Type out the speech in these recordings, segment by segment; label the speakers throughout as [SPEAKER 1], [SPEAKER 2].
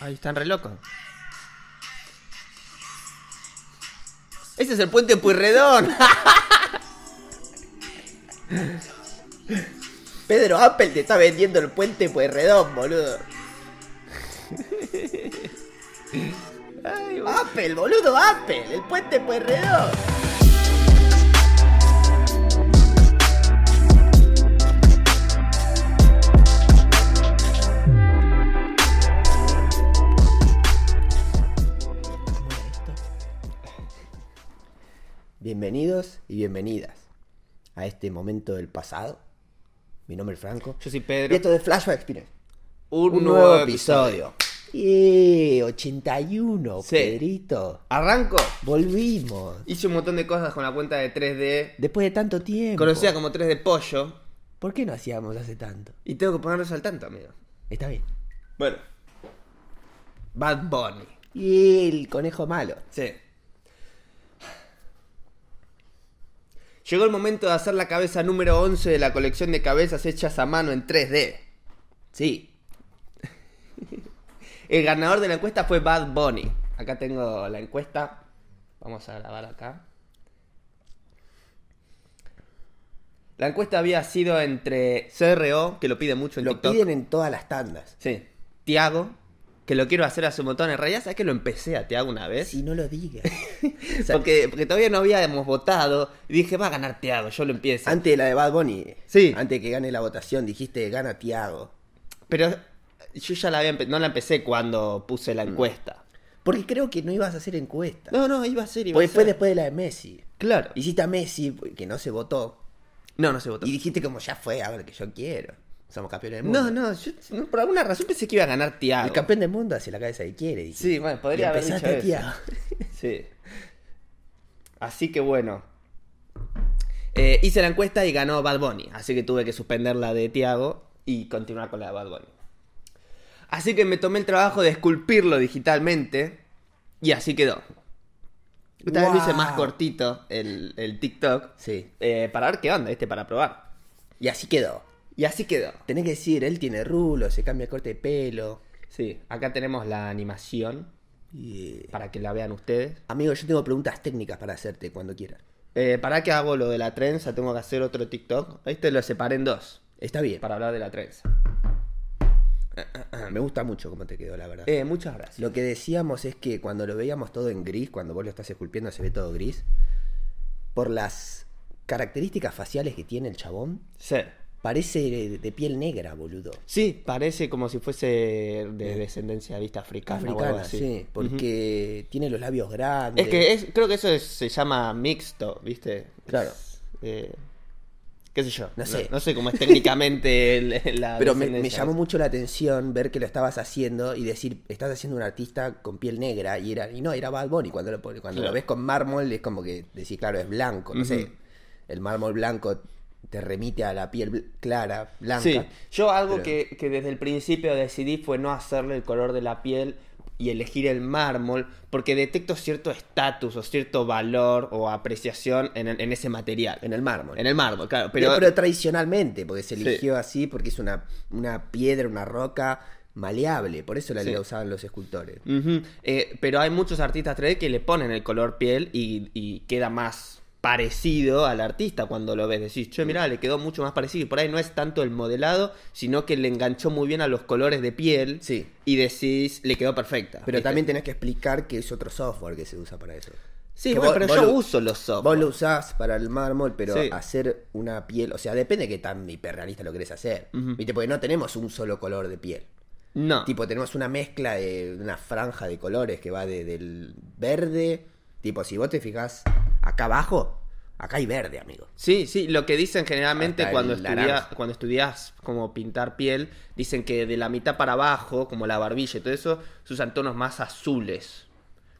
[SPEAKER 1] Ahí están re locos. Ese es el puente Puirredón. Pedro Apple te está vendiendo el puente Puirredón, boludo. Apple, boludo, Apple, el puente Pueyrredón. Bienvenidos y bienvenidas a este momento del pasado. Mi nombre es Franco.
[SPEAKER 2] Yo soy
[SPEAKER 1] Y
[SPEAKER 2] Pedro.
[SPEAKER 1] esto de Flashback Experience.
[SPEAKER 2] Un,
[SPEAKER 1] Y 81,
[SPEAKER 2] Sí.
[SPEAKER 1] Pedrito.
[SPEAKER 2] Arranco.
[SPEAKER 1] Volvimos.
[SPEAKER 2] Hice un montón de cosas con la cuenta de 3D.
[SPEAKER 1] Después de tanto tiempo.
[SPEAKER 2] Conocida como 3D Pollo.
[SPEAKER 1] ¿Por qué no hacíamos hace tanto?
[SPEAKER 2] Y tengo que ponerlos al tanto, amigo.
[SPEAKER 1] Está bien.
[SPEAKER 2] Bueno. Bad Bunny.
[SPEAKER 1] Y el conejo malo.
[SPEAKER 2] Sí. Llegó el momento de hacer la cabeza número 11 de la colección de cabezas hechas a mano en 3D.
[SPEAKER 1] Sí.
[SPEAKER 2] El ganador de la encuesta fue Bad Bunny. Acá tengo la encuesta. Vamos a grabar acá. La encuesta había sido entre CRO, que lo pide mucho en
[SPEAKER 1] Lo
[SPEAKER 2] TikTok.
[SPEAKER 1] piden en todas las tandas.
[SPEAKER 2] Sí. Tiago, que lo quiero hacer hace un montón. En realidad, ¿sabes que lo empecé a Tiago una vez?
[SPEAKER 1] Si no lo digas. O sea,
[SPEAKER 2] porque, porque todavía no habíamos votado. Y dije, va a ganar Tiago, yo lo empiezo.
[SPEAKER 1] Antes de la de Bad Bunny.
[SPEAKER 2] Sí.
[SPEAKER 1] Antes que gane la votación, dijiste gana Tiago.
[SPEAKER 2] Pero yo ya la había empe- no la empecé cuando puse
[SPEAKER 1] Mm.
[SPEAKER 2] la encuesta.
[SPEAKER 1] Porque creo que no ibas a hacer encuesta.
[SPEAKER 2] No, no, iba a ser, iba
[SPEAKER 1] Porque
[SPEAKER 2] a ser.
[SPEAKER 1] Pues fue después de la de Messi.
[SPEAKER 2] Claro.
[SPEAKER 1] Hiciste a Messi, que no se votó.
[SPEAKER 2] No, no se votó.
[SPEAKER 1] Y dijiste como ya fue, a ver que yo quiero. Somos campeones del
[SPEAKER 2] No,
[SPEAKER 1] mundo.
[SPEAKER 2] no, yo no, por alguna razón pensé que iba a ganar Tiago.
[SPEAKER 1] El campeón del mundo hace la cabeza que quiere. dijiste.
[SPEAKER 2] Sí, bueno, podría
[SPEAKER 1] Y
[SPEAKER 2] haber dicho
[SPEAKER 1] empezaste
[SPEAKER 2] eso.
[SPEAKER 1] Tiago.
[SPEAKER 2] Sí. Así que bueno. Eh, hice la encuesta y ganó Bad Bunny. Así que tuve que suspender la de Tiago y continuar con la de Bad Bunny. Así que me tomé el trabajo de esculpirlo digitalmente. Y así quedó. Esta vez lo hice
[SPEAKER 1] Guau.
[SPEAKER 2] más cortito el, el TikTok.
[SPEAKER 1] Sí.
[SPEAKER 2] eh, para ver qué onda, este, para probar.
[SPEAKER 1] Y así quedó.
[SPEAKER 2] Y así quedó.
[SPEAKER 1] Tenés que decir, él tiene rulo, se cambia el corte de pelo.
[SPEAKER 2] Sí, acá tenemos la animación.
[SPEAKER 1] Y-
[SPEAKER 2] para que la vean ustedes.
[SPEAKER 1] Amigo, yo tengo preguntas técnicas para hacerte cuando quieras.
[SPEAKER 2] Eh, ¿Para qué hago lo de la trenza? Tengo que hacer otro TikTok. Este lo separé en dos
[SPEAKER 1] Está bien. Ah,
[SPEAKER 2] para hablar de la trenza.
[SPEAKER 1] Me gusta mucho cómo te quedó, la verdad.
[SPEAKER 2] Eh, muchas gracias.
[SPEAKER 1] Lo que decíamos es que cuando lo veíamos todo en gris, cuando vos lo estás esculpiendo se ve todo gris, por las características faciales que tiene el chabón,
[SPEAKER 2] Sí.
[SPEAKER 1] parece de, de piel negra, boludo.
[SPEAKER 2] Sí, parece como si fuese de descendencia vista africana. o algo
[SPEAKER 1] Africana,
[SPEAKER 2] así.
[SPEAKER 1] sí, porque tiene los labios grandes.
[SPEAKER 2] Es que es- creo que eso es- se llama mixto, ¿viste?
[SPEAKER 1] Claro.
[SPEAKER 2] Es, eh, ¿Qué sé yo?
[SPEAKER 1] No sé.
[SPEAKER 2] No, sé cómo es técnicamente el- la.
[SPEAKER 1] Pero me, me
[SPEAKER 2] descendencia.
[SPEAKER 1] llamó mucho la atención ver que lo estabas haciendo y decir, estás haciendo un artista con piel negra y era y no, era Bad Bunny. Cuando lo, pone- cuando
[SPEAKER 2] Claro.
[SPEAKER 1] lo ves con mármol es como que decís, claro, es blanco, no sé.
[SPEAKER 2] Ujú.
[SPEAKER 1] El mármol blanco te remite a la piel bl- clara, blanca.
[SPEAKER 2] Sí, yo algo
[SPEAKER 1] Pero-
[SPEAKER 2] que, que desde el principio decidí fue no hacerle el color de la piel y elegir el mármol porque detecto cierto estatus o cierto valor o apreciación en, el- en ese material.
[SPEAKER 1] En el mármol.
[SPEAKER 2] En el mármol, claro.
[SPEAKER 1] pero,
[SPEAKER 2] Pero,
[SPEAKER 1] pero tradicionalmente, porque se
[SPEAKER 2] Sí.
[SPEAKER 1] eligió así, porque es una, una piedra, una roca maleable. Por eso la,
[SPEAKER 2] Sí.
[SPEAKER 1] la usaban los escultores.
[SPEAKER 2] Ujú, eh, pero hay muchos artistas 3D que le ponen el color piel y, y queda más parecido al artista cuando lo ves. Decís, che, mirá, le quedó mucho más parecido. Y por ahí no es tanto el modelado, sino que le enganchó muy bien a los colores de piel.
[SPEAKER 1] Sí.
[SPEAKER 2] Y decís, le quedó perfecta.
[SPEAKER 1] Pero
[SPEAKER 2] ¿viste?
[SPEAKER 1] también tenés que explicar que es otro software que se usa para eso.
[SPEAKER 2] Sí,
[SPEAKER 1] Que
[SPEAKER 2] bueno,
[SPEAKER 1] vos-
[SPEAKER 2] pero
[SPEAKER 1] vos
[SPEAKER 2] yo
[SPEAKER 1] lo-
[SPEAKER 2] uso los software.
[SPEAKER 1] Vos lo usás para el mármol, pero
[SPEAKER 2] Sí.
[SPEAKER 1] hacer una piel, o sea, depende de qué tan hiperrealista lo querés hacer.
[SPEAKER 2] Ujú. Ah.
[SPEAKER 1] ¿Viste? Porque no tenemos un solo color de piel.
[SPEAKER 2] No.
[SPEAKER 1] Tipo, tenemos una mezcla de una franja de colores que va desde el verde. Tipo, si vos te fijás acá abajo, acá hay verde, amigo.
[SPEAKER 2] Sí, sí, lo que dicen generalmente
[SPEAKER 1] Hasta el
[SPEAKER 2] cuando, estudia,
[SPEAKER 1] naranja.
[SPEAKER 2] cuando estudias como pintar piel, dicen que de la mitad para abajo, como la barbilla y todo eso, se usan tonos más azules.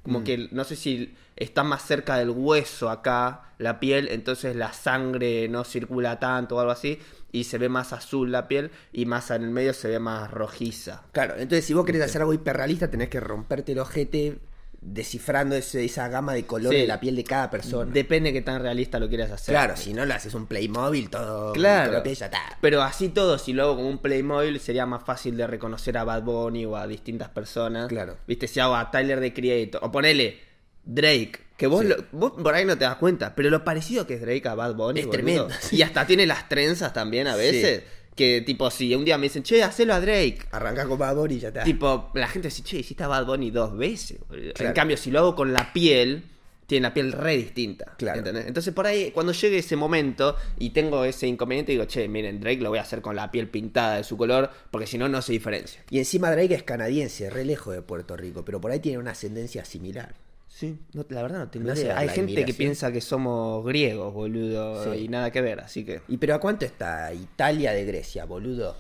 [SPEAKER 2] Como que no sé si está más cerca del hueso acá la piel, entonces la sangre no circula tanto o algo así, y se ve más azul la piel, y más en el medio se ve más rojiza.
[SPEAKER 1] Claro, entonces si vos querés hacer algo hiperrealista, tenés que romperte el ojete descifrando ese- esa gama de colores
[SPEAKER 2] Sí.
[SPEAKER 1] de la piel de cada persona.
[SPEAKER 2] Depende qué tan realista lo quieras hacer.
[SPEAKER 1] Claro, si no lo haces un Playmobil, todo
[SPEAKER 2] Claro.
[SPEAKER 1] con copia y ya está.
[SPEAKER 2] Pero así todo, si lo hago con un Playmobil, sería más fácil de reconocer a Bad Bunny o a distintas personas.
[SPEAKER 1] Claro.
[SPEAKER 2] Viste, si hago a Tyler de Creator, o ponele Drake, que vos,
[SPEAKER 1] Sí.
[SPEAKER 2] lo- vos por ahí no te das cuenta, pero lo parecido que es Drake a Bad Bunny.
[SPEAKER 1] Es
[SPEAKER 2] boludo.
[SPEAKER 1] tremendo,
[SPEAKER 2] Y hasta tiene las trenzas también a
[SPEAKER 1] Sí.
[SPEAKER 2] veces. Que tipo, si un día me dicen, che, hacelo a Drake.
[SPEAKER 1] Arrancás con Bad Bunny y ya está.
[SPEAKER 2] Tipo, la gente dice, che, hiciste a Bad Bunny dos veces. boludo".
[SPEAKER 1] Claro.
[SPEAKER 2] En cambio, si lo hago con la piel, tiene la piel re distinta.
[SPEAKER 1] Claro.
[SPEAKER 2] ¿entendés? Entonces, por ahí, cuando llegue ese momento y tengo ese inconveniente, digo, che, miren, Drake lo voy a hacer con la piel pintada de su color, porque si no, no se diferencia.
[SPEAKER 1] Y encima Drake es canadiense, re lejos de Puerto Rico, pero por ahí tiene una ascendencia similar.
[SPEAKER 2] Sí, no, la verdad no tengo
[SPEAKER 1] No sé,
[SPEAKER 2] idea. Hay
[SPEAKER 1] la
[SPEAKER 2] gente que
[SPEAKER 1] inmigración.
[SPEAKER 2] piensa que somos griegos, boludo,
[SPEAKER 1] Sí.
[SPEAKER 2] y nada que ver, así que.
[SPEAKER 1] ¿Y pero a cuánto está Italia de Grecia, boludo?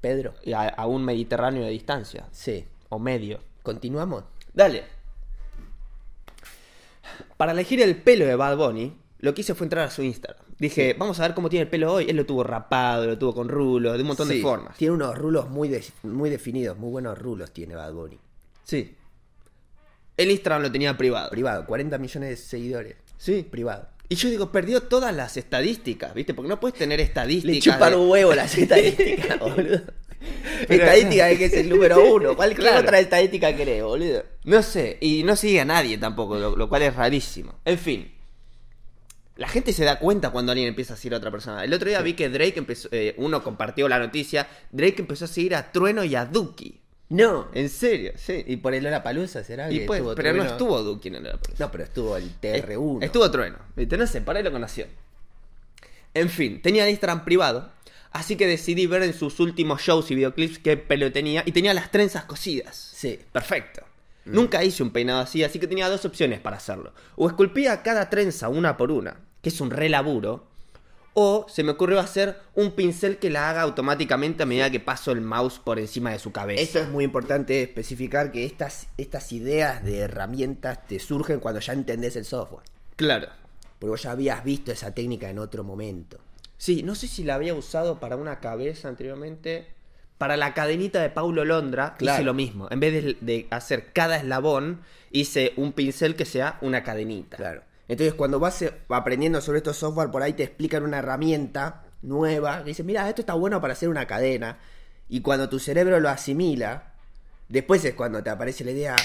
[SPEAKER 1] Pedro.
[SPEAKER 2] y A, a un mediterráneo de distancia,
[SPEAKER 1] Sí.
[SPEAKER 2] o medio.
[SPEAKER 1] ¿Continuamos?
[SPEAKER 2] Dale. Para elegir el pelo de Bad Bunny, lo que hice fue entrar a su Instagram. Dije, vamos a ver cómo tiene el pelo hoy. Él lo tuvo rapado, lo tuvo con rulo, de un montón de
[SPEAKER 1] Sí.
[SPEAKER 2] formas.
[SPEAKER 1] Tiene unos rulos muy, de- muy definidos, muy buenos rulos tiene Bad Bunny.
[SPEAKER 2] Sí. El Instagram lo tenía privado.
[SPEAKER 1] Privado, 40 millones de seguidores.
[SPEAKER 2] Sí.
[SPEAKER 1] Privado.
[SPEAKER 2] Y yo digo, perdió todas las estadísticas, ¿viste? Porque no puedes tener estadísticas.
[SPEAKER 1] Le chupan
[SPEAKER 2] de-
[SPEAKER 1] un huevo las estadísticas, boludo.
[SPEAKER 2] Pero-
[SPEAKER 1] estadística es que es el número uno. ¿Cuál qué
[SPEAKER 2] Claro.
[SPEAKER 1] otra estadística querés, boludo?
[SPEAKER 2] No sé, y no sigue a nadie tampoco, lo, lo cual es rarísimo. En fin. La gente se da cuenta cuando alguien empieza a seguir a otra persona. El otro día vi que Drake empezó, eh, uno compartió la noticia, Drake empezó a seguir a Trueno y a Duki.
[SPEAKER 1] No.
[SPEAKER 2] En serio, sí.
[SPEAKER 1] Y por el Lola Palusa será
[SPEAKER 2] Y
[SPEAKER 1] que
[SPEAKER 2] pues,
[SPEAKER 1] estuvo
[SPEAKER 2] pero no
[SPEAKER 1] Trueno?
[SPEAKER 2] estuvo Duki en el Lollapalooza.
[SPEAKER 1] No, pero estuvo el TR1.
[SPEAKER 2] Estuvo trueno. Viste, No sé, por ahí lo conoció. En fin, tenía el Instagram privado. Así que decidí ver en sus últimos shows y videoclips qué pelo tenía. Y tenía las trenzas cosidas.
[SPEAKER 1] Sí.
[SPEAKER 2] Perfecto.
[SPEAKER 1] Mm.
[SPEAKER 2] Nunca hice un peinado así, así que tenía dos opciones para hacerlo. O esculpía cada trenza una por una, que es un re laburo. O se me ocurrió hacer un pincel que la haga automáticamente a medida que paso el mouse por encima de su cabeza.
[SPEAKER 1] Eso es muy importante especificar que estas, estas ideas de herramientas te surgen cuando ya entendés el software.
[SPEAKER 2] Claro.
[SPEAKER 1] Porque vos ya habías visto esa técnica en otro momento.
[SPEAKER 2] Sí, no sé si la había usado para una cabeza anteriormente. Para la cadenita de Paulo Londra
[SPEAKER 1] Claro.
[SPEAKER 2] hice lo mismo. En vez de, de hacer cada eslabón, hice un pincel que sea una cadenita.
[SPEAKER 1] Claro. Entonces, cuando vas eh, aprendiendo sobre estos software, por ahí te explican una herramienta nueva. Que dices, mira, esto está bueno para hacer una cadena. Y cuando tu cerebro lo asimila, después es cuando te aparece la idea,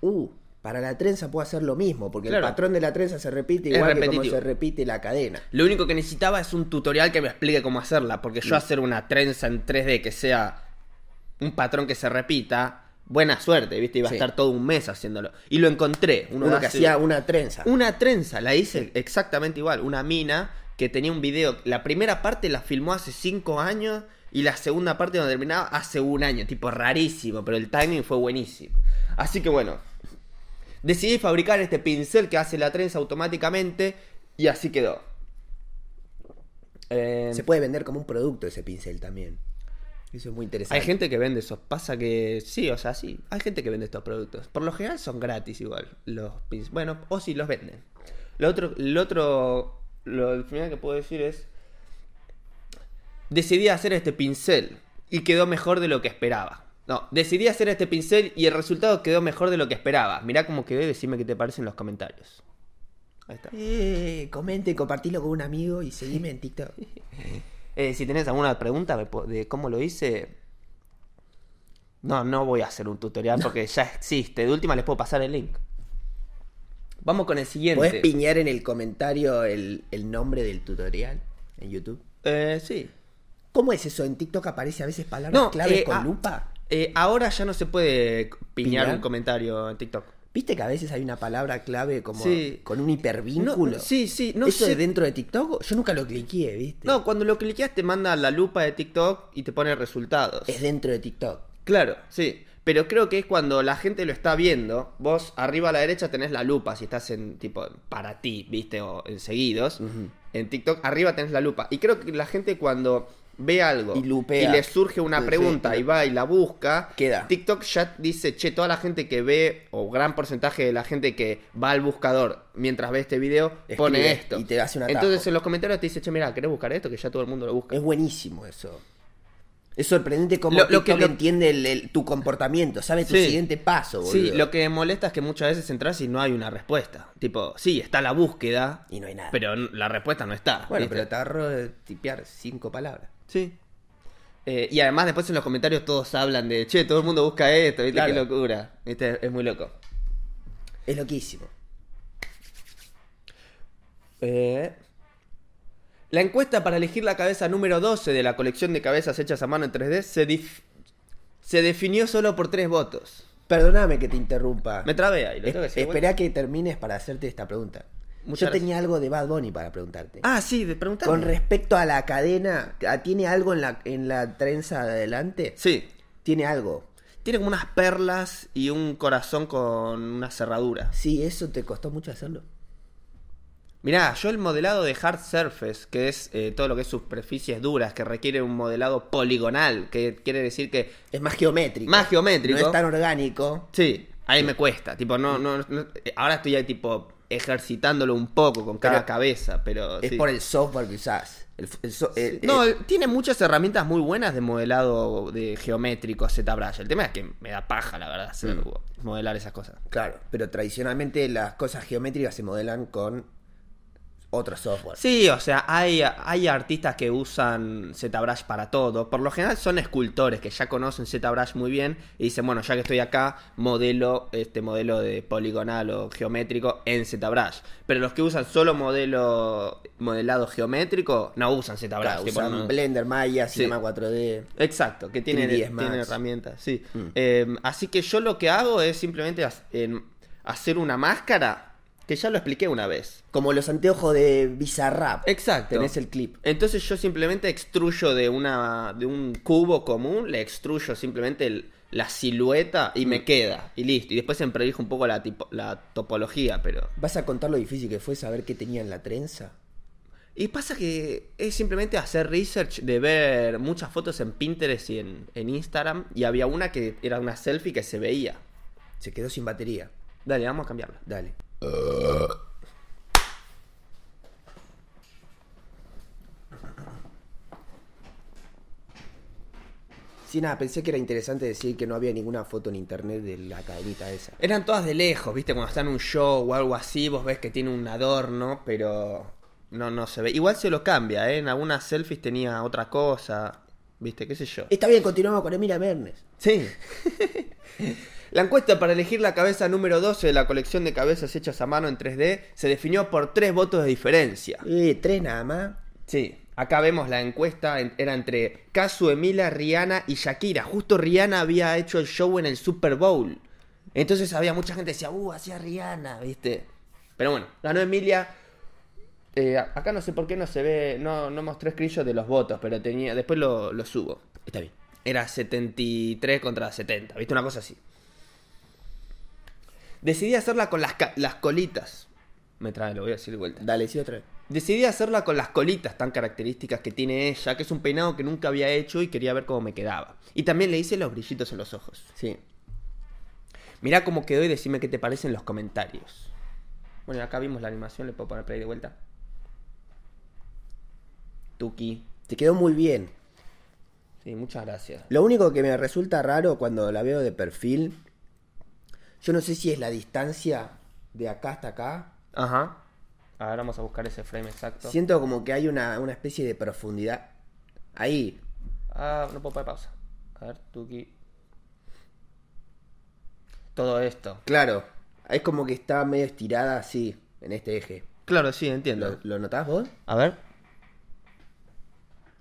[SPEAKER 1] uh, para la trenza puedo hacer lo mismo, porque
[SPEAKER 2] Claro.
[SPEAKER 1] el patrón de la trenza se repite
[SPEAKER 2] Es
[SPEAKER 1] igual que como
[SPEAKER 2] repetitivo.
[SPEAKER 1] se repite la cadena.
[SPEAKER 2] Lo único que necesitaba es un tutorial que me explique cómo hacerla, porque
[SPEAKER 1] Mm.
[SPEAKER 2] yo hacer una trenza en 3D que sea un patrón que se repita, buena suerte, ¿viste? Iba
[SPEAKER 1] Sí.
[SPEAKER 2] a estar todo un mes haciéndolo. Y lo encontré.
[SPEAKER 1] Uno, que
[SPEAKER 2] hace-
[SPEAKER 1] hacía una trenza.
[SPEAKER 2] Una trenza, la hice exactamente igual. Una mina que tenía un video. La primera parte la filmó hace 5 años y la segunda parte donde terminaba hace un año. Tipo rarísimo, pero el timing fue buenísimo. Así que bueno, decidí fabricar este pincel que hace la trenza automáticamente y así quedó. Eh,
[SPEAKER 1] Se puede vender como un producto ese pincel también. Eso es muy interesante.
[SPEAKER 2] hay gente que vende esos. Pasa que sí, o sea, sí. Hay gente que vende estos productos. Por lo general son gratis igual. Los pins. Bueno, o si los venden. Lo otro, lo otro, lo el final que puedo decir es. Decidí hacer este pincel y quedó mejor de lo que esperaba. No, decidí hacer este pincel y el resultado quedó mejor de lo que esperaba. Mirá cómo quedó y decime qué te parece en los comentarios. Ahí está.
[SPEAKER 1] Eh, comente, compartilo con un amigo y seguime en TikTok.
[SPEAKER 2] Eh, si tenés alguna pregunta me po- de cómo lo hice. No, no voy a hacer un tutorial porque ya existe. De última les puedo pasar el link. Vamos con el
[SPEAKER 1] ¿Podés
[SPEAKER 2] siguiente.
[SPEAKER 1] piñar en el comentario el, el nombre del tutorial en YouTube?
[SPEAKER 2] Eh, sí.
[SPEAKER 1] ¿Cómo es eso? ¿En TikTok aparece a veces palabras
[SPEAKER 2] No,
[SPEAKER 1] claves
[SPEAKER 2] eh,
[SPEAKER 1] con
[SPEAKER 2] ah.
[SPEAKER 1] lupa?
[SPEAKER 2] Eh, ahora ya no se puede piñar
[SPEAKER 1] ¿Piñar?
[SPEAKER 2] un comentario en TikTok.
[SPEAKER 1] ¿Viste que a veces hay una palabra clave como
[SPEAKER 2] Sí.
[SPEAKER 1] con un hipervínculo?
[SPEAKER 2] No, sí, sí, no
[SPEAKER 1] ¿Eso
[SPEAKER 2] sé.
[SPEAKER 1] es dentro de TikTok? Yo nunca lo cliqué, ¿viste?
[SPEAKER 2] No, cuando lo cliqueas te manda la lupa de TikTok y te pone resultados.
[SPEAKER 1] Es dentro de TikTok.
[SPEAKER 2] Claro, sí. Pero creo que es cuando la gente lo está viendo. Vos arriba a la derecha tenés la lupa, si estás en tipo para ti, viste, o en seguidos. En TikTok arriba tenés la lupa. Y creo que la gente cuando ve algo
[SPEAKER 1] Y lupea.
[SPEAKER 2] y le surge una
[SPEAKER 1] Sí,
[SPEAKER 2] pregunta
[SPEAKER 1] sí.
[SPEAKER 2] y va y la busca,
[SPEAKER 1] Queda.
[SPEAKER 2] TikTok ya dice, che, toda la gente que ve, o gran porcentaje de la gente que va al buscador mientras ve este video, pone
[SPEAKER 1] Escribe
[SPEAKER 2] esto.
[SPEAKER 1] y te hace un atajo.
[SPEAKER 2] Entonces en los comentarios te dice, che, mira, ¿querés buscar esto? Que ya todo el mundo lo busca.
[SPEAKER 1] Es buenísimo eso. Es sorprendente cómo
[SPEAKER 2] Lo- lo
[SPEAKER 1] TikTok
[SPEAKER 2] que- lo-
[SPEAKER 1] entiende el- el- tu comportamiento, sabe tu
[SPEAKER 2] Sí.
[SPEAKER 1] siguiente paso, boludo.
[SPEAKER 2] Sí, lo que molesta es que muchas veces entras y no hay una respuesta. Tipo, sí, está la búsqueda,
[SPEAKER 1] Y no hay nada.
[SPEAKER 2] pero n- la respuesta no está.
[SPEAKER 1] bueno,
[SPEAKER 2] ¿viste?
[SPEAKER 1] pero te agarró de tipear cinco palabras.
[SPEAKER 2] Sí. Eh, y además después en los comentarios todos hablan de, che, todo el mundo busca esto, ¿viste?
[SPEAKER 1] Claro.
[SPEAKER 2] Qué locura. ¿Viste? Es muy loco.
[SPEAKER 1] Es loquísimo.
[SPEAKER 2] Eh, La encuesta para elegir la cabeza número 12 de la colección de cabezas hechas a mano en 3D se, dif- se definió solo por tres votos.
[SPEAKER 1] Perdóname que te interrumpa.
[SPEAKER 2] Me trabé ahí, lo tengo que
[SPEAKER 1] Es-
[SPEAKER 2] decir. de
[SPEAKER 1] Esperá que termines para hacerte esta pregunta.
[SPEAKER 2] Muchas
[SPEAKER 1] Yo
[SPEAKER 2] gracias.
[SPEAKER 1] tenía algo de Bad Bunny para preguntarte.
[SPEAKER 2] vuelta. Ah, sí, de preguntar.
[SPEAKER 1] Con respecto a la cadena, ¿a- ¿tiene algo en la, en la trenza de adelante?
[SPEAKER 2] Sí.
[SPEAKER 1] Tiene algo.
[SPEAKER 2] Tiene como unas perlas y un corazón con una cerradura.
[SPEAKER 1] Sí, eso te costó mucho hacerlo.
[SPEAKER 2] Mirá, yo el modelado de hard surface, que es eh, todo lo que es superficies duras, que requiere un modelado poligonal, que quiere decir que...
[SPEAKER 1] Es más geométrico.
[SPEAKER 2] Más geométrico.
[SPEAKER 1] No es tan orgánico.
[SPEAKER 2] Sí, ahí me cuesta. Tipo, no, no, no- ahora estoy ahí tipo ejercitándolo un poco con cada
[SPEAKER 1] Pero-
[SPEAKER 2] cabeza, pero...
[SPEAKER 1] Es
[SPEAKER 2] sí.
[SPEAKER 1] por el software que usás. El f- el so- el-
[SPEAKER 2] No,
[SPEAKER 1] el-
[SPEAKER 2] tiene muchas herramientas muy buenas de modelado de geométrico ZBrush. El tema es que me da paja, la verdad, hacer-
[SPEAKER 1] Mm.
[SPEAKER 2] modelar esas cosas.
[SPEAKER 1] claro, pero tradicionalmente las cosas geométricas se modelan con otro software.
[SPEAKER 2] Sí, o sea, hay, hay artistas que usan ZBrush para todo. Por lo general son escultores que ya conocen ZBrush muy bien y dicen, bueno, ya que estoy acá, modelo este modelo de poligonal o geométrico en ZBrush. Pero los que usan solo modelo modelado geométrico no usan ZBrush.
[SPEAKER 1] Claro,
[SPEAKER 2] tipo,
[SPEAKER 1] usan
[SPEAKER 2] no-
[SPEAKER 1] Blender, Maya, Cinema 4D.
[SPEAKER 2] Exacto, que tiene,
[SPEAKER 1] 3ds Max.
[SPEAKER 2] tiene herramientas, sí. Eh, así que yo lo que hago es simplemente ha- en- hacer una máscara, que ya lo expliqué una vez.
[SPEAKER 1] Como los anteojos de Bizarrap.
[SPEAKER 2] Exacto.
[SPEAKER 1] Tenés el clip.
[SPEAKER 2] Entonces yo simplemente extruyo de una de un cubo común, le extruyo simplemente el- la silueta y me queda y listo. Y después siempre elijo un poco la tipo- la topología, pero
[SPEAKER 1] ¿Vas a contar lo difícil que fue saber qué tenía en la trenza?
[SPEAKER 2] y pasa que es simplemente hacer research de ver muchas fotos en Pinterest y en, en Instagram y había una que era una selfie que se veía.
[SPEAKER 1] Se quedó sin batería.
[SPEAKER 2] Dale, vamos a cambiarla.
[SPEAKER 1] Dale. Sí, nada, pensé que era interesante decir que no había ninguna foto en internet de la cadenita esa.
[SPEAKER 2] Eran todas de lejos, viste, cuando está en un show o algo así, vos ves que tiene un adorno, pero no, no se ve. Igual se lo cambia, ¿eh? En algunas selfies tenía otra cosa, viste, qué sé yo.
[SPEAKER 1] Está bien, continuamos con Emilia Mernes.
[SPEAKER 2] Sí. la encuesta para elegir la cabeza número 12 de la colección de cabezas hechas a mano en 3D se definió por tres votos de diferencia.
[SPEAKER 1] Eh, tres nada más.
[SPEAKER 2] Sí, acá vemos la encuesta, en- era entre Kazu, Emila, Rihanna y Shakira. Justo Rihanna había hecho el show en el Super Bowl. Entonces había mucha gente que decía, uh, hacía Rihanna, ¿viste? Pero bueno, ganó Emilia. Eh, a- acá no sé por qué no se ve, no, no mostré screenshot de los votos, pero tenía, después lo, lo subo.
[SPEAKER 1] Está bien.
[SPEAKER 2] Era 73 contra 70, ¿viste? Una cosa así. Decidí hacerla con las, ca- las colitas. Me trae, lo voy a decir de vuelta.
[SPEAKER 1] Dale, sí, otra vez.
[SPEAKER 2] Decidí hacerla con las colitas tan características que tiene ella, que es un peinado que nunca había hecho y quería ver cómo me quedaba. Y también le hice los brillitos en los ojos.
[SPEAKER 1] Sí.
[SPEAKER 2] Mirá cómo quedó y decime qué te parece en los comentarios. Bueno, acá vimos la animación, le puedo poner play de vuelta. Tuki.
[SPEAKER 1] Te quedó muy bien.
[SPEAKER 2] Sí, muchas gracias.
[SPEAKER 1] Lo único que me resulta raro cuando la veo de perfil, yo no sé si es la distancia de acá hasta acá.
[SPEAKER 2] Ajá. Ahora vamos a buscar ese frame exacto.
[SPEAKER 1] Siento como que hay una, una especie de profundidad ahí.
[SPEAKER 2] Ah, no puedo poner pausa. A ver, Tuki. Todo esto.
[SPEAKER 1] Claro, es como que está medio estirada así, en este eje.
[SPEAKER 2] Claro, sí,
[SPEAKER 1] ¿Lo,
[SPEAKER 2] entiendo.
[SPEAKER 1] lo notás vos?
[SPEAKER 2] A ver.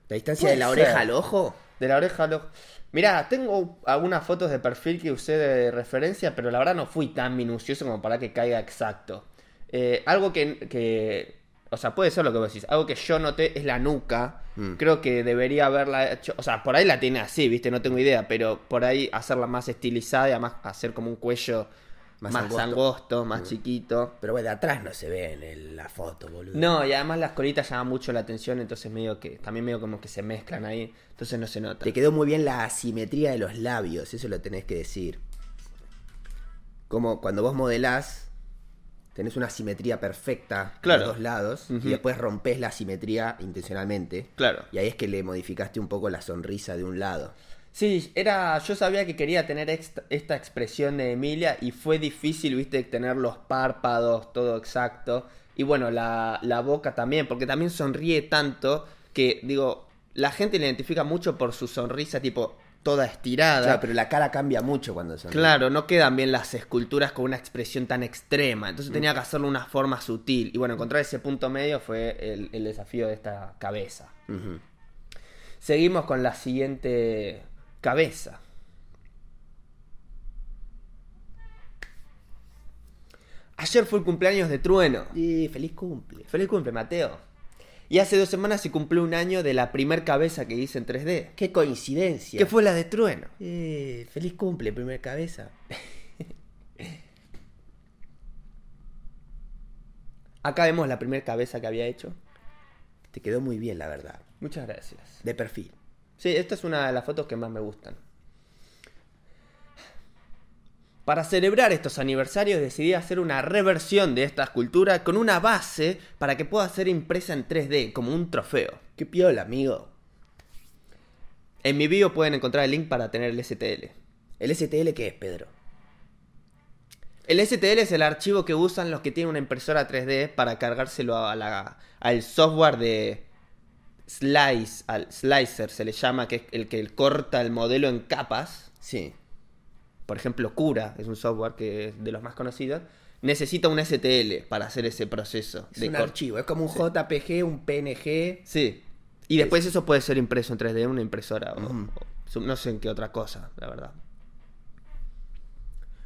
[SPEAKER 1] ¿La distancia de la
[SPEAKER 2] Puede
[SPEAKER 1] oreja
[SPEAKER 2] ser.
[SPEAKER 1] al ojo?
[SPEAKER 2] De la oreja al ojo. Mirá, tengo algunas fotos de perfil que usé de referencia, pero la verdad no fui tan minucioso como para que caiga exacto. Eh, algo que, que- O sea, puede ser lo que vos decís. Algo que yo noté es la nuca.
[SPEAKER 1] Mm.
[SPEAKER 2] Creo que debería haberla hecho. O sea, por ahí la tiene así, ¿viste? No tengo idea, pero por ahí hacerla más estilizada y además hacer como un cuello
[SPEAKER 1] Más
[SPEAKER 2] más,
[SPEAKER 1] angosto. Mm.
[SPEAKER 2] angosto. más chiquito.
[SPEAKER 1] Pero bueno, de atrás no se ve en el- la foto, boludo.
[SPEAKER 2] No, y además las colitas llaman mucho la atención, entonces medio que. También medio como que se mezclan ahí, entonces no se nota.
[SPEAKER 1] Te quedó muy bien la asimetría de los labios, eso lo tenés que decir. Como cuando vos modelás, tenés una simetría perfecta
[SPEAKER 2] Claro.
[SPEAKER 1] de los dos lados
[SPEAKER 2] Ujú.
[SPEAKER 1] y después rompes la simetría intencionalmente.
[SPEAKER 2] Claro.
[SPEAKER 1] Y ahí es que le modificaste un poco la sonrisa de un lado.
[SPEAKER 2] Sí, era, yo sabía que quería tener esta, esta expresión de Emilia y fue difícil, viste, tener los párpados, todo exacto. Y bueno, la, la boca también, porque también sonríe tanto que, digo, la gente le identifica mucho por su sonrisa, tipo, toda estirada.
[SPEAKER 1] Claro, pero la cara cambia mucho cuando sonríe.
[SPEAKER 2] Claro, no quedan bien las esculturas con una expresión tan extrema. Entonces
[SPEAKER 1] Mm.
[SPEAKER 2] tenía que hacerlo de una forma sutil. Y bueno, encontrar ese punto medio fue el, el desafío de esta cabeza.
[SPEAKER 1] Ujú.
[SPEAKER 2] Seguimos con la siguiente cabeza. Ayer fue el cumpleaños de Trueno.
[SPEAKER 1] Y feliz cumple.
[SPEAKER 2] Feliz cumple, Mateo. Y hace dos semanas se cumplió un año de la primer cabeza que hice en 3D.
[SPEAKER 1] Qué coincidencia.
[SPEAKER 2] Que fue la de Trueno.
[SPEAKER 1] Eh, feliz cumple, primer cabeza.
[SPEAKER 2] Acá vemos la primer cabeza que había hecho.
[SPEAKER 1] Te quedó muy bien, la verdad.
[SPEAKER 2] Muchas gracias.
[SPEAKER 1] De perfil.
[SPEAKER 2] Sí, esta es una de las fotos que más me gustan. Para celebrar estos aniversarios decidí hacer una reversión de esta escultura con una base para que pueda ser impresa en 3D como un trofeo.
[SPEAKER 1] Qué piola, amigo.
[SPEAKER 2] En mi bio pueden encontrar el link para tener el STL.
[SPEAKER 1] ¿El STL qué es, Pedro?
[SPEAKER 2] El STL es el archivo que usan los que tienen una impresora 3D para cargárselo a la- al software de Slice, al Slicer se le llama, que es el que corta el modelo en capas.
[SPEAKER 1] Sí.
[SPEAKER 2] por ejemplo, Cura es un software que es de los más conocidos, necesita un STL para hacer ese proceso
[SPEAKER 1] Es
[SPEAKER 2] de
[SPEAKER 1] un
[SPEAKER 2] corte.
[SPEAKER 1] archivo, es como un JPG, un PNG.
[SPEAKER 2] Sí. Y después eso puede ser impreso en 3D, una impresora o,
[SPEAKER 1] Ujú.
[SPEAKER 2] o su- no sé en qué otra cosa, la verdad.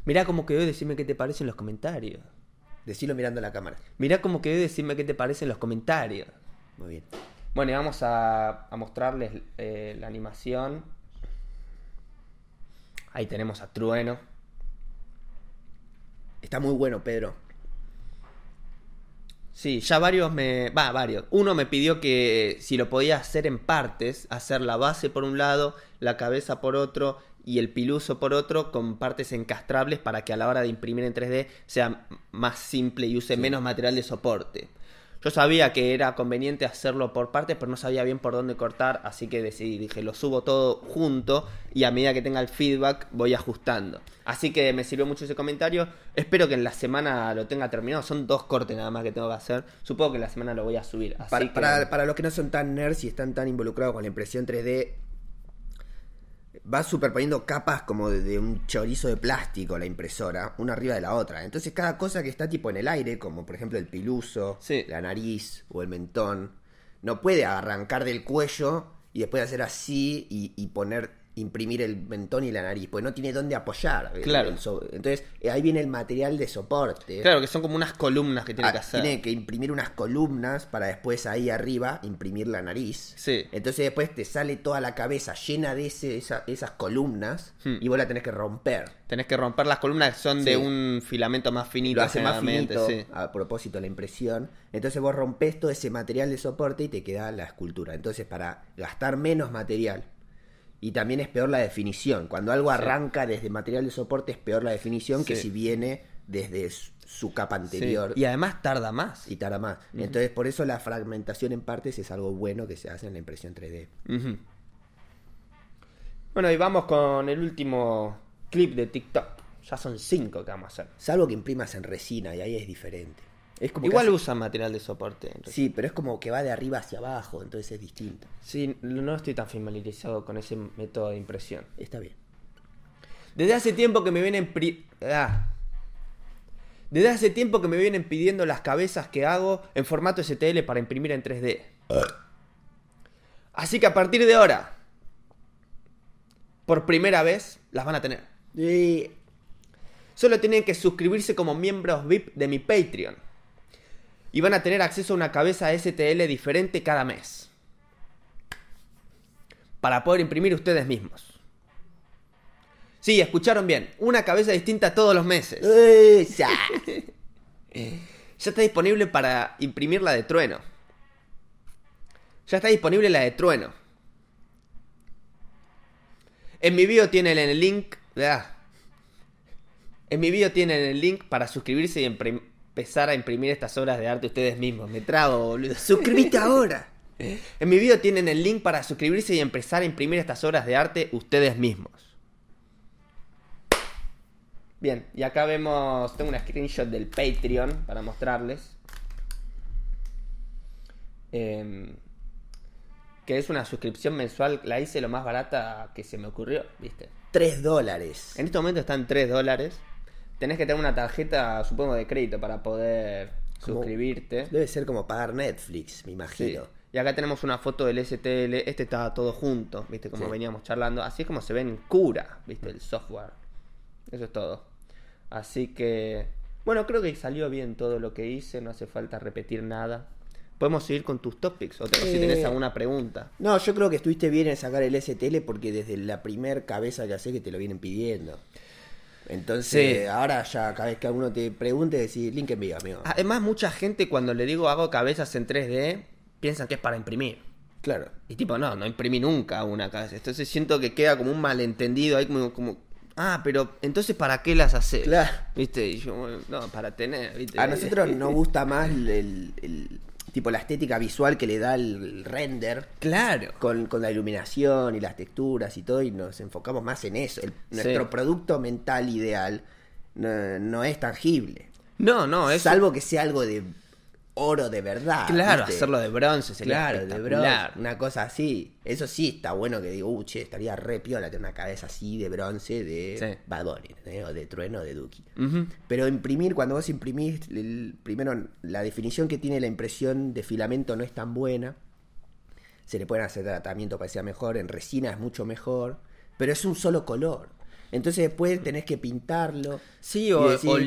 [SPEAKER 2] Mirá cómo quedó y decime qué te parece en los comentarios.
[SPEAKER 1] Decilo mirando la cámara.
[SPEAKER 2] Mirá cómo quedó y decime qué te parece en los comentarios.
[SPEAKER 1] Muy bien.
[SPEAKER 2] Bueno, y vamos a, a mostrarles eh, la animación. Ahí tenemos a Trueno.
[SPEAKER 1] Está muy bueno, Pedro.
[SPEAKER 2] Sí, ya varios me. Va, varios. Uno me pidió que si lo podía hacer en partes, hacer la base por un lado, la cabeza por otro y el piluso por otro, con partes encastrables para que a la hora de imprimir en 3D sea más simple y use menos material de soporte. Yo sabía que era conveniente hacerlo por partes, pero no sabía bien por dónde cortar, así que decidí, dije, lo subo todo junto y a medida que tenga el feedback voy ajustando. Así que me sirvió mucho ese comentario. Espero que en la semana lo tenga terminado. Son dos cortes nada más que tengo que hacer. Supongo que en la semana lo voy a subir. Así
[SPEAKER 1] Para,
[SPEAKER 2] que-
[SPEAKER 1] para- para los que no son tan nerds y están tan involucrados con la impresión 3D, va superponiendo capas como de, de un chorizo de plástico la impresora, una arriba de la otra. Entonces cada cosa que está tipo en el aire, como por ejemplo el piluso,
[SPEAKER 2] Sí.
[SPEAKER 1] la nariz o el mentón, no puede arrancar del cuello y después hacer así y, y poner imprimir el mentón y la nariz, pues no tiene dónde apoyar. el-
[SPEAKER 2] Claro.
[SPEAKER 1] el so- entonces eh, ahí viene el material de soporte.
[SPEAKER 2] Claro, que son como unas columnas que tiene
[SPEAKER 1] Ah,
[SPEAKER 2] que hacer.
[SPEAKER 1] tiene que imprimir unas columnas para después ahí arriba imprimir la nariz.
[SPEAKER 2] Sí.
[SPEAKER 1] Entonces después te sale toda la cabeza llena de ese- esa- esas columnas
[SPEAKER 2] Hmm.
[SPEAKER 1] y vos la tenés que romper.
[SPEAKER 2] Tenés que romper las columnas que son
[SPEAKER 1] Sí.
[SPEAKER 2] de un filamento más
[SPEAKER 1] Y
[SPEAKER 2] finito.
[SPEAKER 1] lo hace más
[SPEAKER 2] generalmente,
[SPEAKER 1] finito
[SPEAKER 2] sí.
[SPEAKER 1] a propósito la impresión. Entonces vos rompes todo ese material de soporte y te queda la escultura. Entonces para gastar menos material. Y también es peor la definición. Cuando algo arranca desde material de soporte es peor la definición que
[SPEAKER 2] Sí.
[SPEAKER 1] si viene desde su, su capa
[SPEAKER 2] Sí.
[SPEAKER 1] anterior.
[SPEAKER 2] Y además tarda más.
[SPEAKER 1] y tarda más. Entonces, por eso la fragmentación en partes es algo bueno que se hace en la impresión 3D.
[SPEAKER 2] Ujú. Bueno, y vamos con el último clip de TikTok. Ya son cinco que vamos a hacer.
[SPEAKER 1] Salvo que imprimas en resina y ahí es diferente. Es como que
[SPEAKER 2] Igual
[SPEAKER 1] hace-
[SPEAKER 2] usan material de soporte. en realidad.
[SPEAKER 1] Sí, pero es como que va de arriba hacia abajo, entonces es distinto.
[SPEAKER 2] Sí, no estoy tan familiarizado con ese método de impresión.
[SPEAKER 1] Está bien.
[SPEAKER 2] Desde hace tiempo que me vienen pri- ah. Desde hace tiempo que me vienen pidiendo las cabezas que hago en formato STL para imprimir en 3D. Así que a partir de ahora, por primera vez, las van a tener.
[SPEAKER 1] Y
[SPEAKER 2] Solo tienen que suscribirse como miembros VIP de mi Patreon. Y van a tener acceso a una cabeza STL diferente cada mes. Para poder imprimir ustedes mismos. Sí, escucharon bien. Una cabeza distinta todos los meses.
[SPEAKER 1] ¡Esa!
[SPEAKER 2] Ya está disponible para imprimir la de trueno. Ya está disponible la de trueno. En mi bio tienen el link. ah. En mi bio tienen el link para suscribirse y, imprim- empezar a imprimir estas obras de arte ustedes mismos. Me trago, boludo. Suscribite ahora. En mi video tienen el link para suscribirse y empezar a imprimir estas obras de arte ustedes mismos. Bien, y acá vemos, tengo una screenshot del Patreon para mostrarles. Em, que es una suscripción mensual, la hice lo más barata que se me ocurrió, ¿viste?
[SPEAKER 1] 3 dólares.
[SPEAKER 2] En este momento están 3 dólares. Tenés que tener una tarjeta, supongo, de crédito para poder
[SPEAKER 1] Como-
[SPEAKER 2] suscribirte.
[SPEAKER 1] Debe ser como pagar Netflix,
[SPEAKER 2] Sí.
[SPEAKER 1] me imagino.
[SPEAKER 2] Y acá tenemos una foto del STL. Este está todo junto, ¿viste? Como
[SPEAKER 1] Sí.
[SPEAKER 2] veníamos charlando. Así es como se ve en cura, ¿viste? El software. Eso es todo. Así que. Bueno, creo que salió bien todo lo que hice. No hace falta repetir nada. Podemos seguir con tus topics. O, te- o si
[SPEAKER 1] Eh.
[SPEAKER 2] tenés alguna pregunta.
[SPEAKER 1] No, yo creo que estuviste bien en sacar el STL porque desde la primer cabeza que haces que te lo vienen pidiendo. Entonces,
[SPEAKER 2] Sí.
[SPEAKER 1] ahora ya cada vez que alguno te pregunte, decís, link envío, amigo.
[SPEAKER 2] Además, mucha gente cuando le digo hago cabezas en 3D, piensan que es para imprimir.
[SPEAKER 1] claro.
[SPEAKER 2] Y tipo, no, no imprimí nunca una cabeza. Entonces siento que queda como un malentendido ahí como, como ah, pero entonces ¿para qué las haces?
[SPEAKER 1] Claro.
[SPEAKER 2] ¿Viste? Y yo, bueno, no, para tener, ¿viste?
[SPEAKER 1] A nosotros nos gusta más el, el- el- tipo la estética visual que le da el render
[SPEAKER 2] Claro.
[SPEAKER 1] con, con la iluminación y las texturas y todo, y nos enfocamos más en eso. El- nuestro
[SPEAKER 2] Sí.
[SPEAKER 1] producto mental ideal no, no es tangible.
[SPEAKER 2] No, no, es
[SPEAKER 1] Salvo que sea algo de oro de verdad.
[SPEAKER 2] claro,
[SPEAKER 1] ¿viste?
[SPEAKER 2] hacerlo de bronce sería
[SPEAKER 1] Claro, de bronce,
[SPEAKER 2] espectacular.
[SPEAKER 1] una cosa así. Eso sí está bueno que digo, uh, che, estaría re piola tener una cabeza así de bronce de
[SPEAKER 2] Sí.
[SPEAKER 1] Bad Bunny, ¿entendés? o de Trueno o de Duki.
[SPEAKER 2] Ujú.
[SPEAKER 1] Pero imprimir, cuando vos imprimís, el- primero la definición que tiene la impresión de filamento no es tan buena. Se le pueden hacer tratamientos para que sea mejor, en resina es mucho mejor, pero es un solo color. Entonces después tenés que pintarlo.
[SPEAKER 2] Sí,
[SPEAKER 1] y
[SPEAKER 2] o,
[SPEAKER 1] decís,
[SPEAKER 2] o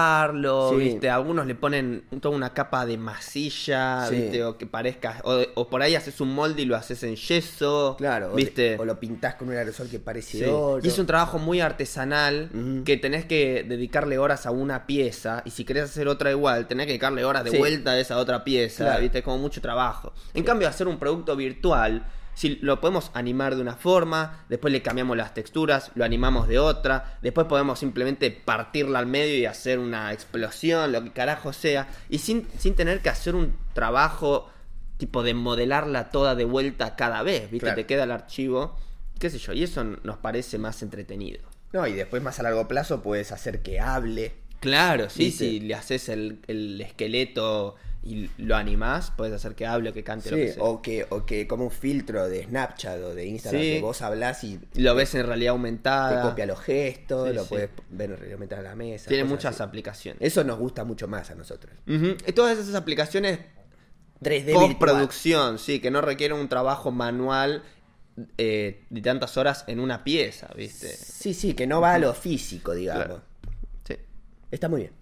[SPEAKER 2] lijarlo,
[SPEAKER 1] Sí.
[SPEAKER 2] ¿viste? Algunos le ponen toda una capa de masilla,
[SPEAKER 1] Sí.
[SPEAKER 2] ¿viste? O que parezca. O, o por ahí haces un molde y lo haces en yeso.
[SPEAKER 1] Claro, o te-
[SPEAKER 2] ¿viste?
[SPEAKER 1] o lo pintás con un aerosol que parece
[SPEAKER 2] Sí.
[SPEAKER 1] oro.
[SPEAKER 2] Y es un trabajo muy artesanal
[SPEAKER 1] Ujú.
[SPEAKER 2] que tenés que dedicarle horas a una pieza y si querés hacer otra igual, tenés que dedicarle horas de
[SPEAKER 1] Sí.
[SPEAKER 2] vuelta a esa otra pieza,
[SPEAKER 1] Claro.
[SPEAKER 2] ¿viste? Es como mucho trabajo. En cambio, hacer un producto virtual, si lo podemos animar de una forma, después le cambiamos las texturas, lo animamos de otra, después podemos simplemente partirla al medio y hacer una explosión, lo que carajo sea, y sin, sin tener que hacer un trabajo tipo de modelarla toda de vuelta cada vez, ¿viste?
[SPEAKER 1] Claro.
[SPEAKER 2] Te queda el archivo, qué sé yo, y eso n- nos parece más entretenido.
[SPEAKER 1] No, y después más a largo plazo puedes hacer que hable.
[SPEAKER 2] Claro, sí,
[SPEAKER 1] ¿Viste?
[SPEAKER 2] si le haces el, el esqueleto y lo animás, puedes hacer que hable o que cante lo que sea.
[SPEAKER 1] o que, o que como un filtro de Snapchat o de Instagram
[SPEAKER 2] Sí.
[SPEAKER 1] que vos hablás y te
[SPEAKER 2] Lo ves en realidad aumentada.
[SPEAKER 1] copia los gestos,
[SPEAKER 2] Sí,
[SPEAKER 1] lo
[SPEAKER 2] sí.
[SPEAKER 1] puedes ver realmente a la mesa.
[SPEAKER 2] Tiene
[SPEAKER 1] cosas
[SPEAKER 2] muchas
[SPEAKER 1] así.
[SPEAKER 2] aplicaciones.
[SPEAKER 1] Eso nos gusta mucho más a nosotros.
[SPEAKER 2] Ujú, y Todas esas aplicaciones
[SPEAKER 1] 3D virtual.
[SPEAKER 2] postproducción, sí, que no requieren un trabajo manual eh, de tantas horas en una pieza, ¿viste?
[SPEAKER 1] Sí, sí, que no va a lo físico, digamos.
[SPEAKER 2] Claro. Sí.
[SPEAKER 1] Está muy bien.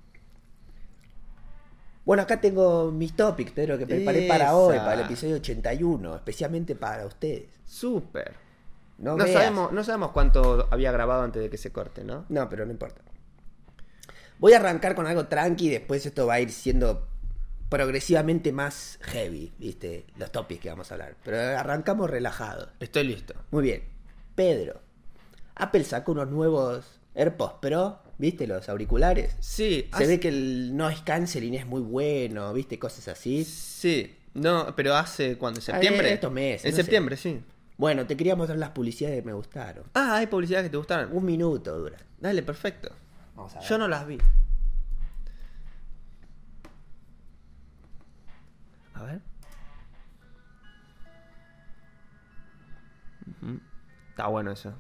[SPEAKER 1] Bueno, acá tengo mis topics, Pedro, que preparé para
[SPEAKER 2] Esa.
[SPEAKER 1] hoy, para el episodio 81, especialmente para ustedes.
[SPEAKER 2] Súper.
[SPEAKER 1] No,
[SPEAKER 2] No,
[SPEAKER 1] veas-
[SPEAKER 2] sabemos, no sabemos cuánto había grabado antes de que se corte, ¿no?
[SPEAKER 1] No, pero no importa. Voy a arrancar con algo tranqui y después esto va a ir siendo progresivamente más heavy, ¿viste? Los topics que vamos a hablar. Pero arrancamos relajados.
[SPEAKER 2] Estoy listo.
[SPEAKER 1] Muy bien. Pedro, Apple sacó unos nuevos AirPods Pro, ¿viste? Los auriculares.
[SPEAKER 2] Ah, Sí,
[SPEAKER 1] Se
[SPEAKER 2] hace-
[SPEAKER 1] ve que el noise canceling es muy bueno, ¿viste? Cosas así.
[SPEAKER 2] sí. No, pero hace cuando, en septiembre.
[SPEAKER 1] estos meses,
[SPEAKER 2] En
[SPEAKER 1] no sé.
[SPEAKER 2] septiembre, sí.
[SPEAKER 1] Bueno, te quería mostrar las publicidades que me gustaron.
[SPEAKER 2] Ah, hay publicidades que te gustaron.
[SPEAKER 1] Un minuto dura.
[SPEAKER 2] Dale, perfecto.
[SPEAKER 1] Vamos a ver.
[SPEAKER 2] Yo no las vi. A ver. Ujú. Está bueno eso.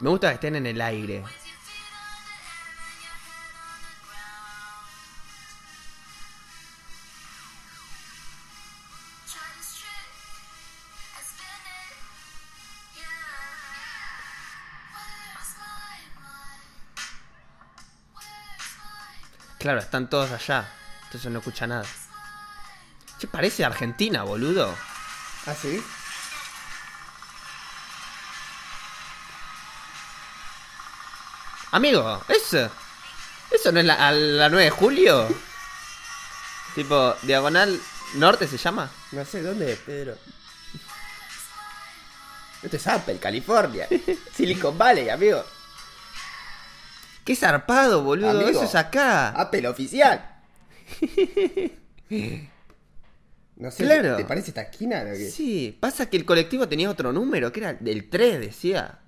[SPEAKER 2] Me gusta que estén en el aire. Claro, están todos allá. Entonces no escucha nada. Che, parece Argentina, boludo.
[SPEAKER 1] ¿Ah, sí?
[SPEAKER 2] Amigo, eso. ¿Eso no es la, a la 9 de julio? tipo, Diagonal Norte se llama.
[SPEAKER 1] No sé, ¿dónde es, Pedro? Esto es Apple, California. Silicon Valley, amigo.
[SPEAKER 2] Qué zarpado, boludo.
[SPEAKER 1] Amigo. Ah,
[SPEAKER 2] Eso es acá.
[SPEAKER 1] Apple oficial. No sé,
[SPEAKER 2] Claro.
[SPEAKER 1] ¿te parece esta esquina? lo que-
[SPEAKER 2] Sí, pasa que el colectivo tenía otro número, que era del 3, decía.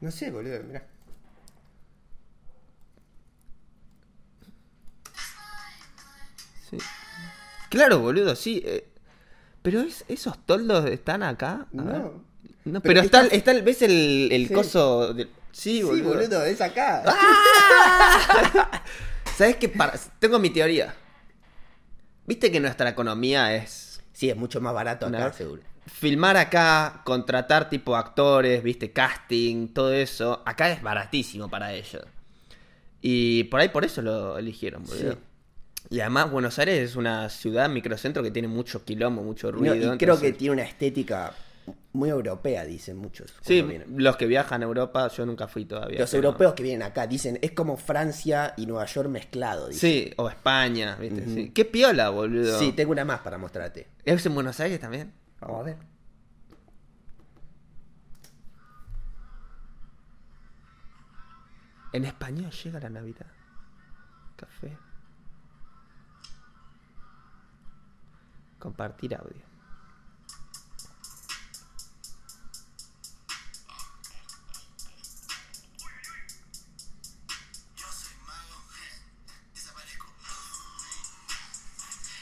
[SPEAKER 1] No sé, boludo, mirá.
[SPEAKER 2] Sí. Claro, boludo, sí. eh, Pero es- esos toldos están acá. A
[SPEAKER 1] No.
[SPEAKER 2] ver. No, pero,
[SPEAKER 1] Pero
[SPEAKER 2] está,
[SPEAKER 1] estás-
[SPEAKER 2] está el- ¿ves el, el
[SPEAKER 1] Sí.
[SPEAKER 2] coso? del- Sí,
[SPEAKER 1] Sí,
[SPEAKER 2] boludo.
[SPEAKER 1] boludo, Ah. es acá.
[SPEAKER 2] ¿Sabes qué? Para- Tengo mi teoría. Viste que nuestra economía es
[SPEAKER 1] Sí, es mucho más barato acá,
[SPEAKER 2] Una-
[SPEAKER 1] seguro.
[SPEAKER 2] filmar acá, contratar tipo actores, viste, casting, todo eso. Acá es baratísimo para ellos. Y por ahí por eso lo eligieron, boludo.
[SPEAKER 1] Sí.
[SPEAKER 2] Y además Buenos Aires es una ciudad microcentro que tiene mucho quilombo, mucho
[SPEAKER 1] No,
[SPEAKER 2] ruido.
[SPEAKER 1] y creo
[SPEAKER 2] entonces-
[SPEAKER 1] que tiene una estética muy europea, dicen muchos.
[SPEAKER 2] Sí,
[SPEAKER 1] cuando vienen.
[SPEAKER 2] los que viajan a Europa, yo nunca fui todavía.
[SPEAKER 1] Los
[SPEAKER 2] pero-
[SPEAKER 1] europeos que vienen acá dicen, es como Francia y Nueva York mezclado. Dicen.
[SPEAKER 2] Sí, o España, ¿viste?
[SPEAKER 1] Ujú.
[SPEAKER 2] sí. Qué piola, boludo.
[SPEAKER 1] sí, tengo una más para mostrarte.
[SPEAKER 2] ¿Es en Buenos Aires también?
[SPEAKER 1] Vamos a ver.
[SPEAKER 2] En español llega la Navidad. Café. Compartir audio.
[SPEAKER 3] Yo soy mago, desaparezco.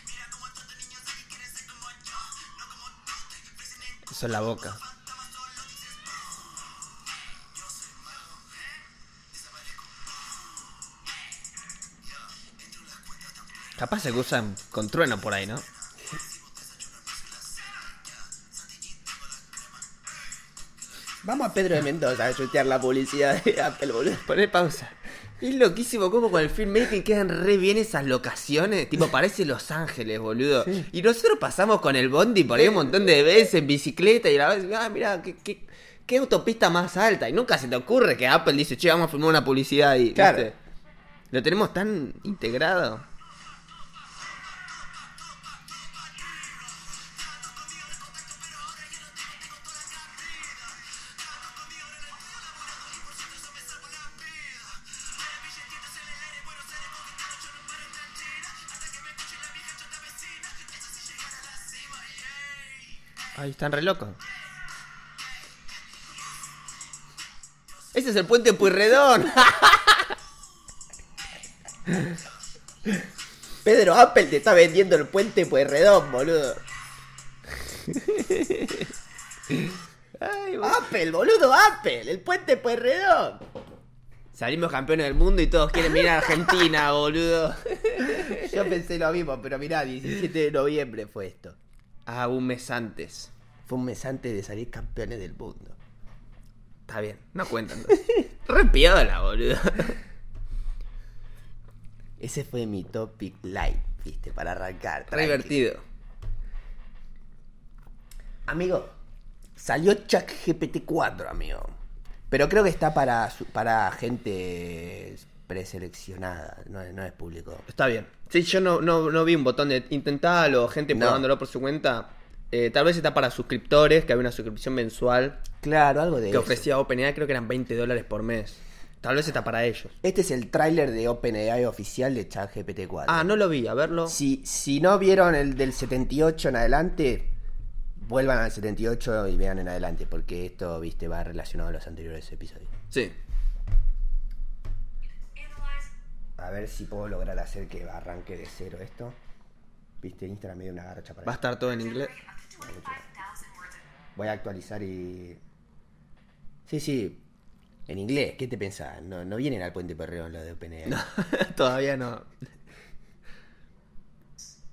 [SPEAKER 3] Mira como tantos niños aquí quieren ser como yo, no como tú, te ofrecen en
[SPEAKER 2] Eso es la boca.
[SPEAKER 3] fantasmas, solo dices Yo soy mago, desaparezco. Yo entro en las cuentas tan plenas,
[SPEAKER 2] Capaz se usan con trueno por ahí, ¿no?
[SPEAKER 3] vos desayuno, no soy la cena. Ya, Santi tengo la crema.
[SPEAKER 1] Vamos a Pedro de Mendoza a chutear la publicidad de Apple, boludo.
[SPEAKER 2] Poné pausa. Es loquísimo cómo con el filmmaking quedan re bien esas locaciones. Tipo, parece Los Ángeles, boludo. Y nosotros pasamos con el bondi por ahí un montón de veces en bicicleta y la vez, ah, mira, qué, qué- qué autopista más alta. Y nunca se te ocurre que Apple dice, che, vamos a filmar una publicidad ahí.
[SPEAKER 1] Claro.
[SPEAKER 2] ¿viste? Lo tenemos tan integrado. Ay, están re locos. Ese es el puente Pueyrredón.
[SPEAKER 1] Pedro, Apple te está vendiendo el puente Pueyrredón, boludo.
[SPEAKER 2] Ay, boludo.
[SPEAKER 1] Apple, boludo, Apple, el puente Pueyrredón.
[SPEAKER 2] Salimos campeones del mundo y todos quieren venir a Argentina, boludo.
[SPEAKER 1] Yo pensé lo mismo, pero mirá, 17 de noviembre fue esto.
[SPEAKER 2] Ah, un mes antes.
[SPEAKER 1] Fue un mes antes de salir campeones del mundo.
[SPEAKER 2] Está bien, no cuentan. Re piola, boludo.
[SPEAKER 1] Ese fue mi topic light, viste, para arrancar.
[SPEAKER 2] Re
[SPEAKER 1] tranqui.
[SPEAKER 2] divertido.
[SPEAKER 1] Amigo, salió ChatGPT 4, amigo. Pero creo que está para, su- para gente preseleccionada, no, no es público.
[SPEAKER 2] Está bien. Sí, yo no, no, no vi un botón de intentarlo, gente
[SPEAKER 1] No.
[SPEAKER 2] probándolo por su cuenta. Eh, tal vez está para suscriptores, que había una suscripción mensual
[SPEAKER 1] Claro, algo de
[SPEAKER 2] que
[SPEAKER 1] eso.
[SPEAKER 2] ofrecía OpenAI, creo que eran 20 dólares por mes. Tal vez está para ellos.
[SPEAKER 1] Este es el tráiler de OpenAI oficial de ChatGPT 4.
[SPEAKER 2] Ah, no lo vi, a verlo.
[SPEAKER 1] Si, si no vieron el del 78 en adelante, vuelvan al 78 y vean en adelante, porque esto, viste, va relacionado a los anteriores episodios.
[SPEAKER 2] Sí.
[SPEAKER 4] Analyze
[SPEAKER 1] A ver si puedo lograr hacer que arranque de cero esto. Viste, Instagram me dio una garcha para
[SPEAKER 2] Va a estar todo en inglés.
[SPEAKER 4] generate up to 25,000 words of
[SPEAKER 1] Voy a actualizar y. Sí, sí. En inglés, ¿qué te pensás? No, no vienen al puente perreo los de OpenAI.
[SPEAKER 2] Todavía no.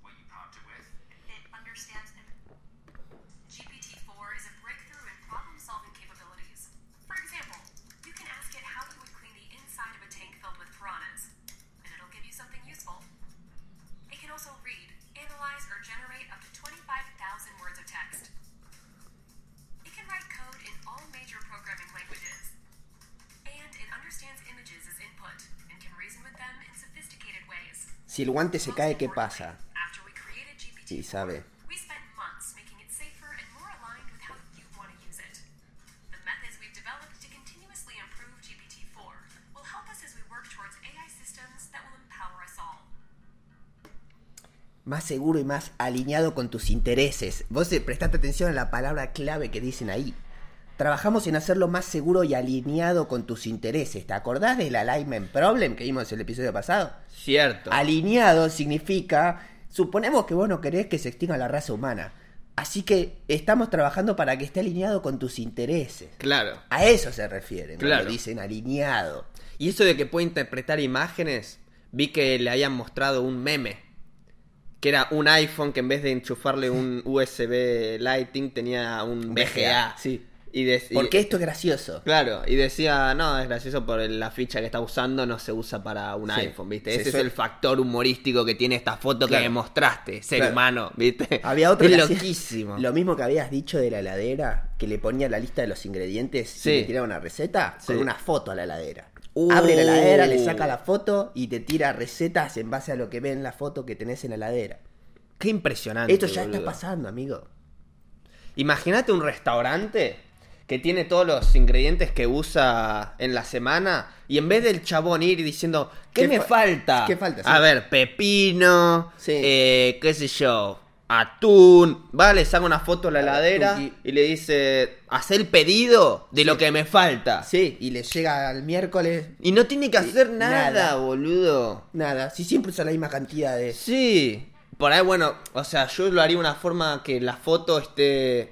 [SPEAKER 4] It understands and GPT-4 is a breakthrough in problem-solving capabilities. For example, you can ask it how you would clean the inside of a tank filled with piranhas, and it'll give you something useful. It can also read, analyze, or generate up to 25,000 words of text. It can write code in all major programming languages, and it understands images as input and can reason with them in sophisticated ways.
[SPEAKER 1] Si el guante se cae, ¿qué pasa?
[SPEAKER 4] After we created GPT-4,
[SPEAKER 1] Sí, sabe.
[SPEAKER 4] we spent months making it safer and more aligned with how you want to use it.
[SPEAKER 1] más seguro y más alineado con tus intereses. Vos eh, prestate atención a la palabra clave que dicen ahí. Trabajamos en hacerlo más seguro y alineado con tus intereses. ¿Te acordás del alignment problem que vimos en el episodio pasado?
[SPEAKER 2] Cierto.
[SPEAKER 1] Alineado significa, suponemos que vos no querés que se extinga la raza humana. Así que estamos trabajando para que esté alineado con tus intereses.
[SPEAKER 2] Claro.
[SPEAKER 1] A eso se refieren. cuando
[SPEAKER 2] Claro.
[SPEAKER 1] Dicen alineado.
[SPEAKER 2] Y eso de que puede interpretar imágenes, vi que le habían mostrado un meme. Que era un iPhone que en vez de enchufarle un USB Lighting tenía un
[SPEAKER 1] Un
[SPEAKER 2] VGA.
[SPEAKER 1] VGA, sí.
[SPEAKER 2] Y de- y-
[SPEAKER 1] Porque esto es gracioso.
[SPEAKER 2] Claro, y decía, no, es gracioso por el- la ficha que está usando, no se usa para un
[SPEAKER 1] Sí.
[SPEAKER 2] iPhone, ¿viste?
[SPEAKER 1] Se
[SPEAKER 2] Ese es
[SPEAKER 1] suel-
[SPEAKER 2] el factor humorístico que tiene esta foto
[SPEAKER 1] Claro.
[SPEAKER 2] que me mostraste, ser
[SPEAKER 1] Claro.
[SPEAKER 2] humano, ¿viste?
[SPEAKER 1] Había otro
[SPEAKER 2] Es
[SPEAKER 1] que hacía
[SPEAKER 2] loquísimo.
[SPEAKER 1] Lo mismo que habías dicho de la heladera, que le ponía la lista de los ingredientes
[SPEAKER 2] Sí.
[SPEAKER 1] y le tiraba una receta,
[SPEAKER 2] Sí.
[SPEAKER 1] con una foto a la heladera.
[SPEAKER 2] Uh.
[SPEAKER 1] Abre la heladera, le saca la foto y te tira recetas en base a lo que ve en la foto que tenés en la heladera.
[SPEAKER 2] Qué impresionante.
[SPEAKER 1] Esto ya está
[SPEAKER 2] boludo.
[SPEAKER 1] pasando, amigo.
[SPEAKER 2] Imagínate un restaurante que tiene todos los ingredientes que usa en la semana y en vez del chabón ir diciendo, ¿qué,
[SPEAKER 1] ¿Qué
[SPEAKER 2] me
[SPEAKER 1] fa-
[SPEAKER 2] falta?
[SPEAKER 1] qué falta, sí.
[SPEAKER 2] A ver, pepino,
[SPEAKER 1] Sí.
[SPEAKER 2] eh, qué sé yo, atún. Va, le saca una foto a la
[SPEAKER 1] Atún,
[SPEAKER 2] heladera
[SPEAKER 1] sí.
[SPEAKER 2] y le dice, haz el pedido de lo que me falta.
[SPEAKER 1] Sí, y le llega al miércoles,
[SPEAKER 2] Y no tiene que
[SPEAKER 1] Sí,
[SPEAKER 2] hacer nada,
[SPEAKER 1] nada.
[SPEAKER 2] boludo.
[SPEAKER 1] nada. Si siempre usa la misma cantidad de.
[SPEAKER 2] Sí. Por ahí, bueno, o sea, yo lo haría de una forma que la foto esté.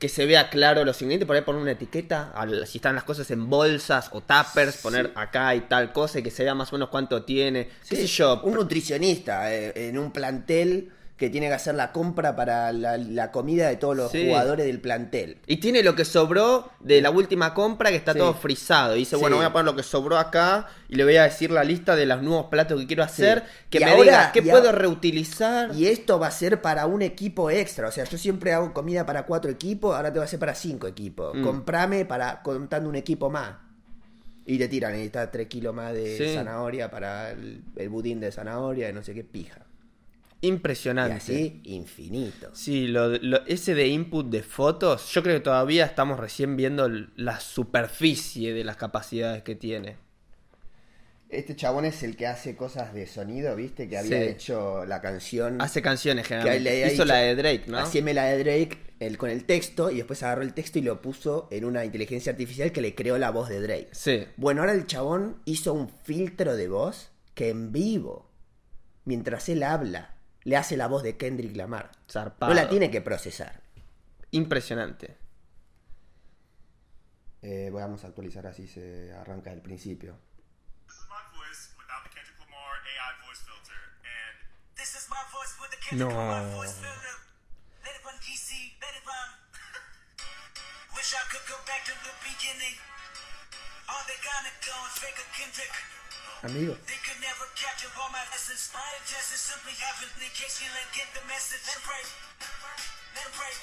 [SPEAKER 2] que se vea claro los ingredientes. Por ahí poner una etiqueta. al- si están las cosas en bolsas o tuppers, poner acá y tal cosa y que se vea más o menos cuánto tiene. ¿Qué
[SPEAKER 1] Sí,
[SPEAKER 2] sé yo?
[SPEAKER 1] Un nutricionista eh, en un plantel que tiene que hacer la compra para la, la comida de todos los
[SPEAKER 2] Sí.
[SPEAKER 1] jugadores del plantel.
[SPEAKER 2] Y tiene lo que sobró de la última compra que está
[SPEAKER 1] Sí.
[SPEAKER 2] todo frisado. Y dice,
[SPEAKER 1] Sí.
[SPEAKER 2] bueno, voy a poner lo que sobró acá y le voy a decir la lista de los nuevos platos que quiero hacer. Que
[SPEAKER 1] Y
[SPEAKER 2] me
[SPEAKER 1] ahora-
[SPEAKER 2] diga qué
[SPEAKER 1] y
[SPEAKER 2] puedo
[SPEAKER 1] ahora-
[SPEAKER 2] reutilizar.
[SPEAKER 1] Y esto va a ser para un equipo extra. O sea, yo siempre hago comida para cuatro equipos, ahora te va a hacer para cinco equipos.
[SPEAKER 2] Mm.
[SPEAKER 1] Comprame para contando un equipo más. Y te tiran, necesitas tres kilos más de
[SPEAKER 2] Sí.
[SPEAKER 1] zanahoria para el, el budín de zanahoria, de no sé qué pija. Y
[SPEAKER 2] Impresionante.
[SPEAKER 1] así, infinito.
[SPEAKER 2] Sí, lo, de- lo- ese de input de fotos, yo creo que todavía estamos recién viendo l- la superficie de las capacidades que tiene.
[SPEAKER 1] Este chabón es el que hace cosas de sonido, ¿viste? Que había
[SPEAKER 2] Sí.
[SPEAKER 1] hecho la canción.
[SPEAKER 2] Hace canciones
[SPEAKER 1] Mm. Que le
[SPEAKER 2] generalmente.
[SPEAKER 1] había
[SPEAKER 2] Hizo la de
[SPEAKER 1] dicho,
[SPEAKER 2] Drake, ¿no?
[SPEAKER 1] Haceme la de Drake el, con el texto y después agarró el texto y lo puso en una inteligencia artificial que le creó la voz de Drake.
[SPEAKER 2] Sí.
[SPEAKER 1] Bueno, ahora el chabón hizo un filtro de voz que en vivo, mientras él habla, le hace la voz de Kendrick Lamar.
[SPEAKER 2] Zarpado.
[SPEAKER 1] No la tiene que procesar.
[SPEAKER 2] Impresionante.
[SPEAKER 1] Eh, vamos a actualizar así se arranca del principio.
[SPEAKER 4] This is my voice without the Kendrick Lamar AI voice filter, and
[SPEAKER 5] This is my voice with the Kendrick Lamar voice filter. Let it run DC, let it run. Wish I could go back to the beginning. Are they gonna go and fake a Kendrick?
[SPEAKER 1] Amigo.
[SPEAKER 5] They could never capture all my essence. My injustice simply happens in case you let get the message. Let it break. Let it break.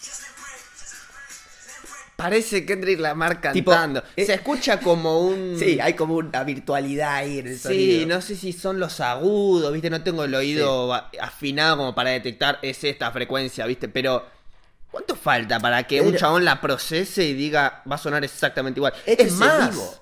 [SPEAKER 5] Just let it break. Let it break.
[SPEAKER 2] Parece Kendrick Lamar
[SPEAKER 1] Tipo,
[SPEAKER 2] cantando.
[SPEAKER 1] eh,
[SPEAKER 2] Se escucha como un.
[SPEAKER 1] Sí, hay como una virtualidad ahí en el
[SPEAKER 2] Sí,
[SPEAKER 1] sonido.
[SPEAKER 2] no sé si son los agudos, ¿viste? No tengo el oído a- afinado como para detectar es esta frecuencia, ¿viste? Pero ¿cuánto falta para que un
[SPEAKER 1] Pero-
[SPEAKER 2] chabón la procese y diga va a sonar exactamente igual?
[SPEAKER 1] Esto
[SPEAKER 2] es
[SPEAKER 1] es en
[SPEAKER 2] más,
[SPEAKER 1] vivo.